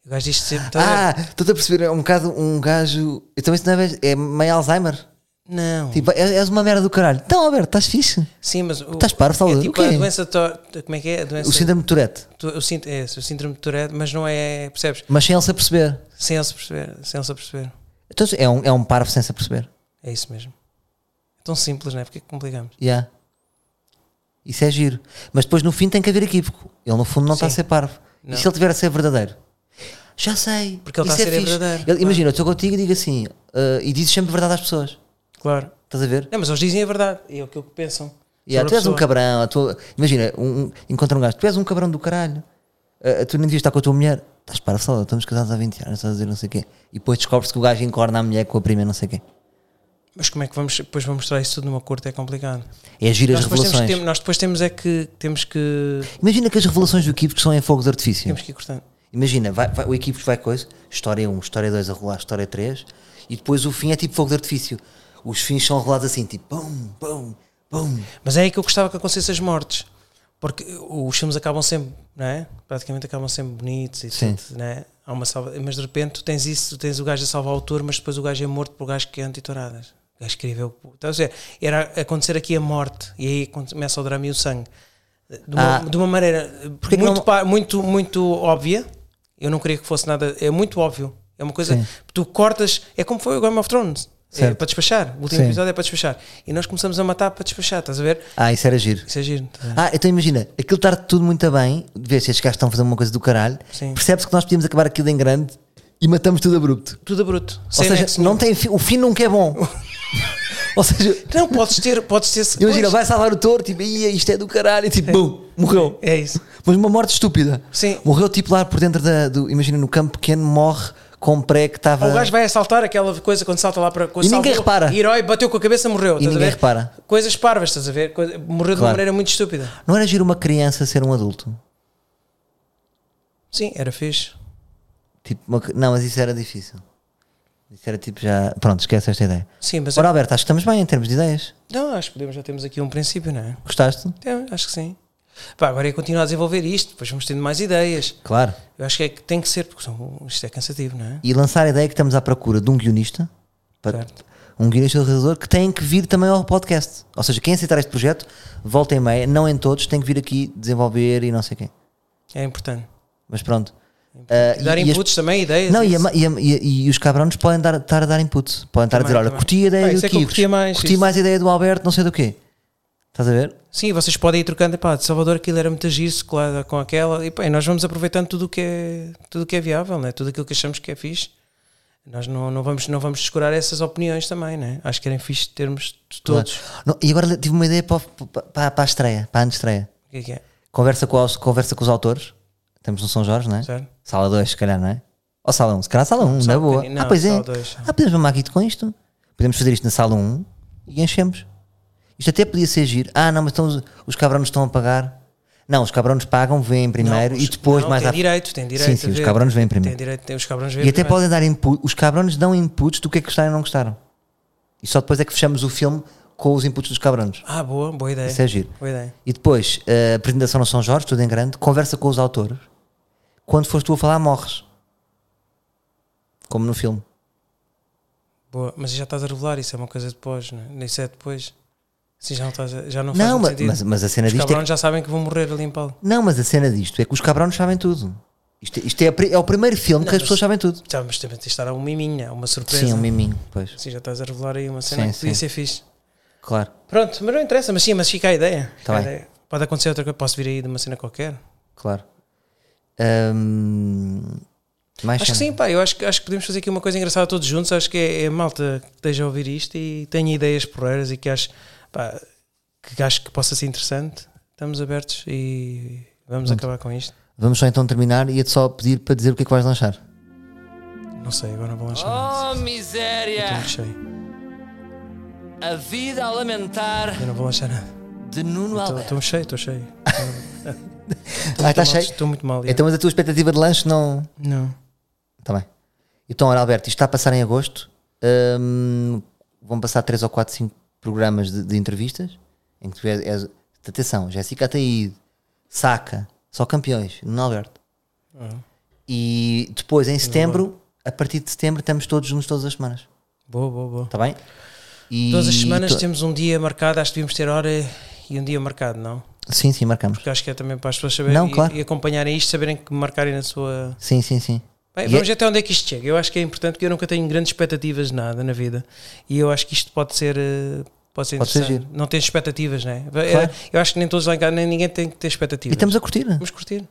O gajo diz sempre: "Tá estás a ver? então Ah, estou-te a perceber, é um bocado um gajo. Eu também se não é, é meio Alzheimer. Não. Tipo, és és uma merda do caralho. Então, Alberto, estás fixe? Sim, mas. o- Estás parvo, é saúde. tipo O quê? a doença. to- Como é que é? A doença. O síndrome de Tourette. tu- o sínd- é esse, o síndrome de Tourette, mas não é. Percebes? Mas sem ele se aperceber. Sem ele se perceber. Sem ele se perceber. Então, é um, é um parvo sem se aperceber. É isso mesmo. É tão simples, não é? Porque é que complicamos? Yeah. Isso é giro. Mas depois no fim tem que haver equívoco. Ele no fundo não está a Sim. ser parvo. Não. E se ele tiver a ser verdadeiro? Já sei. Porque ele Isso é está a ser fixe. verdadeiro, Ele- claro. Imagina, eu estou contigo e digo assim, ah, e dizes sempre a verdade às pessoas. Claro. Estás a ver? Não, mas eles dizem a verdade. É aquilo que pensam. Yeah, sobre tu a és um pessoa. cabrão, a tua- imagina, um, um, encontra um gajo, tu és um cabrão do caralho, Ah, tu nem devias estar com a tua mulher, estás para a sala, estamos casados há 20 anos, estás a dizer não sei o quê, e depois descobre-se que o gajo encorna a mulher com a prima, não sei o quê. Mas como é que vamos. Depois vamos mostrar isso tudo numa curta? É complicado. É giro as Nós depois, temos, que revelações. ter- nós depois temos é que. Temos que. Imagina que as revelações do equipo são em fogo de artifício. Temos que ir cortando. Imagina, vai, vai- o equipe vai coisa, história 1, história 2 a rolar, história 3, e depois o fim é tipo fogo de artifício. Os fins são rolados assim, tipo pum, pum, pum. Mas é aí que eu gostava que acontecesse as mortes. Porque os filmes acabam sempre, não é? Praticamente acabam sempre bonitos e Sim. tudo, não é? Há uma salva... Mas de repente tu tens isso, tu tens o gajo a salvar o touro, mas depois o gajo é morto por gajo que é antitouradas. O gajo queria ver o. Estás a ver? Era acontecer aqui a morte e aí começa o drama e o sangue. De uma, Ah. de uma maneira Porquê que muito, não- pa- muito, muito óbvia. Eu não queria que fosse nada. É muito óbvio. É uma coisa. Sim. Tu cortas. É como foi o Game of Thrones. É Certo. para despachar. O último Sim. episódio é para despachar. E nós começamos a matar para despachar, estás a ver? Ah, isso era giro. Isso é giro. tá? Ah, então imagina, aquilo estar tudo muito bem, vê se estes gajos estão a fazer uma coisa do caralho, Sim. percebe-se que nós podíamos acabar aquilo em grande e matamos tudo abrupto. Tudo a bruto. Ou Sem seja, nexo não nenhum. tem fi- o fim nunca é bom. Ou seja, Não, podes ter. Podes ter imagina, pois. vai salvar o touro, tipo, "Ia, isto é do caralho, e tipo, bum, morreu. É isso. Mas uma morte estúpida. Sim. Morreu tipo lá por dentro da. Do, imagina, no campo pequeno, morre com um pré que estava. Ou o gajo vai assaltar aquela coisa quando salta lá para. quando E ninguém salvou, repara. Herói, bateu com a cabeça, morreu. E estás a ninguém ver? repara. Coisas parvas, estás a ver? Coisa- Morreu de uma Claro. maneira muito estúpida. Não era giro uma criança ser um adulto? Sim, era fixe. Tipo, uma cri- não, mas isso era difícil. Isso era tipo já. Pronto, esquece esta ideia. Sim, mas. é- Ora, Alberto, acho que estamos bem em termos de ideias. Não, acho que podemos, já temos aqui um princípio, não é? Gostaste? Então, acho que sim. Pá, agora é continuar a desenvolver isto, depois vamos tendo mais ideias. Claro. Eu acho que, é que tem que ser, porque são- isto é cansativo, não é? E lançar a ideia que estamos à procura de um guionista. Para, Certo. um guionista ou realizador que tem que vir também ao podcast. Ou seja, quem aceitar este projeto, volta e meia, não em todos, tem que vir aqui desenvolver e não sei quem. É importante. Mas pronto. Ah, Dar e- e as- inputs também, ideias. Não, e, a isso. ma- e a- e a- e os cabrões podem dar, estar a dar input. Podem estar a Também, dizer: olha, também. curti a ideia Pá, do isso é que eu Kibos, curtia mais, curti isso. mais a ideia do Alberto, não sei do quê. Estás a ver? Sim, vocês podem ir trocando, pá, de Salvador aquilo era muito giro, colada com aquela, e pá, e nós vamos aproveitando tudo o que é, tudo o que é viável, né? tudo aquilo que achamos que é fixe. Nós não, não, vamos, não vamos descurar essas opiniões também, né? Acho que era fixe termos de todos. Não, e agora tive uma ideia para, o- para- para- para a estreia, para a estreia. O que é que é? Conversa com, os, conversa com os autores. Estamos no São Jorge, não é? Certo? Sala 2, se calhar, não é? Ou sala 1, um. se calhar sala 1, um, sala na boa. pequenina, ah, pois é. sala dois. Ah, podemos mamar aqui com isto. Podemos fazer isto na sala 1 um, e enchemos. Isto até podia ser giro. Ah, não, mas então os, os cabrones estão a pagar. Não, os cabrones pagam, vêm primeiro Não, e os- depois não, mais tem à direito, tem direito. Sim, sim, a os ver. cabrões vêm primeiro. Tem direito, tem os cabrões vêm E até primeiro. podem dar input, os cabrões dão inputs do que é que gostaram e não gostaram. E só depois é que fechamos o filme com os inputs dos cabrões. Ah, boa, boa ideia. Isso é giro. Boa ideia. E depois, a apresentação no São Jorge, tudo em grande, conversa com os autores. Quando fores tu a falar, morres. Como no filme. Boa, mas já estás a revelar, isso é uma coisa depois, né? Isso é depois. Sim, já não, estás a- já não faz Não, muito ma- sentido. mas, mas a cena Os disto é cabrões já sabem que vão morrer ali em Paulo. que, Não, mas a cena disto é que os cabrões sabem tudo. Isto, é- isto é, a pri- é o primeiro filme que as pessoas sabem tudo. Já, mas também tens de estar a um miminho, a uma surpresa. Sim, um miminho, pois. Sim, já estás a revelar aí uma cena Sim, que podia sim. ser fixe. Claro. Pronto, mas não interessa, mas sim, mas fica a ideia. Tá Fica a bem. ideia. Pode acontecer outra coisa, posso vir aí de uma cena qualquer. Claro. Ahm, mais Acho que cenas? sim, pá, eu acho, que- acho que podemos fazer aqui uma coisa engraçada todos juntos. Acho que é, é malta que esteja a ouvir isto e tenha ideias porreiras e que acho, pá, que acho que possa ser interessante. Estamos abertos e vamos acabar com isto. Vamos só então terminar e é só pedir para dizer o que é que vais lançar. Não sei, agora não vou lançar nada. Oh, Estou miséria! muito cheio. A vida a lamentar Eu não vou lançar nada. de Nuno Estou- Alberto. Estou cheio, estou cheio. Ah, está Estou mal- cheio? Estou muito mal. já. Então, mas a tua expectativa de lanche não. Não. Está bem. Então, olha, Alberto, isto está a passar em agosto. Hum, vão passar 3 ou 4, 5 programas de, de entrevistas em que tu és. és atenção, Jéssica Ataíde, Saca, só campeões, no Alberto. Ah. E depois, em setembro, a partir de setembro, estamos todos juntos todas as semanas. Boa, boa, boa. Está bem? E Todas as semanas to- temos um dia marcado, acho que devíamos ter hora e um dia marcado, não? Sim, sim, marcamos. Porque acho que é também para as pessoas saberem Não, e, claro. e acompanharem isto, saberem que marcarem na sua. Sim, sim, sim. Bem, E vamos é- ver até onde é que isto chega. Eu acho que é importante porque eu nunca tenho grandes expectativas de nada na vida e eu acho que isto pode ser. eh, Pode ser Pode ser interessante. não tens expectativas, não é? Eu acho que nem todos lá em casa, nem ninguém tem que ter E expectativas. estamos a curtir. Vamos curtir.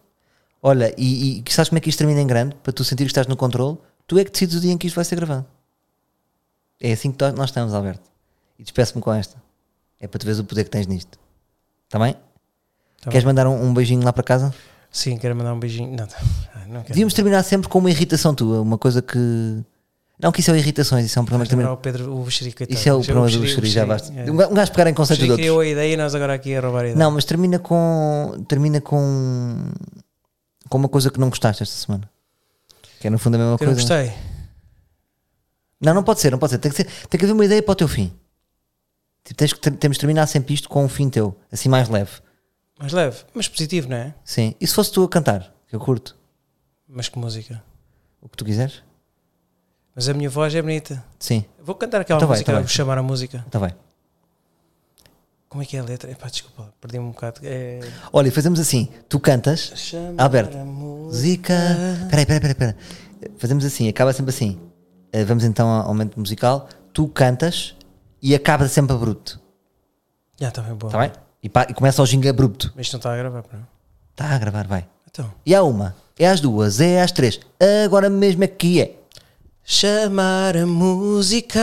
Olha, e, e que sabes como é que isto termina em grande? Para tu sentir que estás no controle, tu é que decides o dia em que isto vai ser gravado. É assim que to- nós estamos, Alberto. E despeço-me com esta. É para tu veres o poder que tens nisto. Está bem? Tá Queres mandar um, um beijinho lá para casa? Sim, quero mandar um beijinho. Não, ah, não quero. Devíamos terminar sempre com uma irritação tua, uma coisa que. Não que isso é irritações, isso é um problema que Lembrar também. o Pedro, o Buxeri, coitado. Isso é o Já problema do Buxeri- Buxeri, já Buxeri, basta. é. Um ga- um gajo pegar em Buxeri conceitos de outros. criou a ideia e nós agora aqui a roubar a ideia. Não, mas termina com. Termina com. Com uma coisa que não gostaste esta semana. Que é no fundo a mesma que eu coisa. não gostei. Não, não pode ser, não pode ser. Tem que, ser, tem que haver uma ideia para o teu fim. Tipo, tens que ter- temos de terminar sempre isto com um fim teu, assim mais leve. Mas leve, mas positivo, não é? Sim. E se fosse tu a cantar, que eu curto, Mas que música. o que tu quiseres? Mas a minha voz é bonita. Sim, Vou cantar aquela Então vai, música, então vai. vou chamar a música. está bem. Como é que é a letra? Epá, desculpa, perdi-me um bocado. É... Olha, e fazemos assim: tu cantas, Chamar Alberto, a música. Zica. Espera aí, espera aí, espera aí. Fazemos assim, acaba sempre assim. Eh, Vamos então ao momento musical. Tu cantas e acaba sempre abrupto. Já está bem boa. Está Tá bem? E, pá- e começa ao jingle abrupto. Mas isto não está a gravar, não? Está a gravar, vai. Então. E há uma, é às duas, é às três. Agora mesmo aqui é. Chamar a música,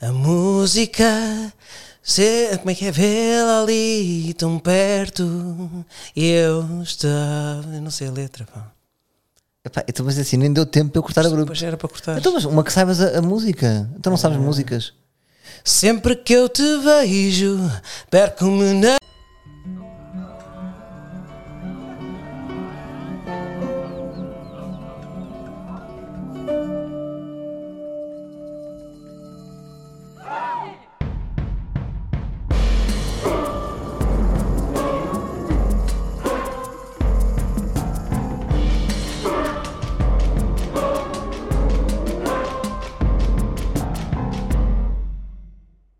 a música. Se, como é que é? Vê-la ali tão perto. E eu estava. Eu não sei a letra, pá. Epá, então, mas assim, nem deu tempo para eu cortar abrupto. Depois era para cortar. Então, mas uma que saibas a, a música. Então não sabes músicas. Sempre que eu te vejo, perco-me na.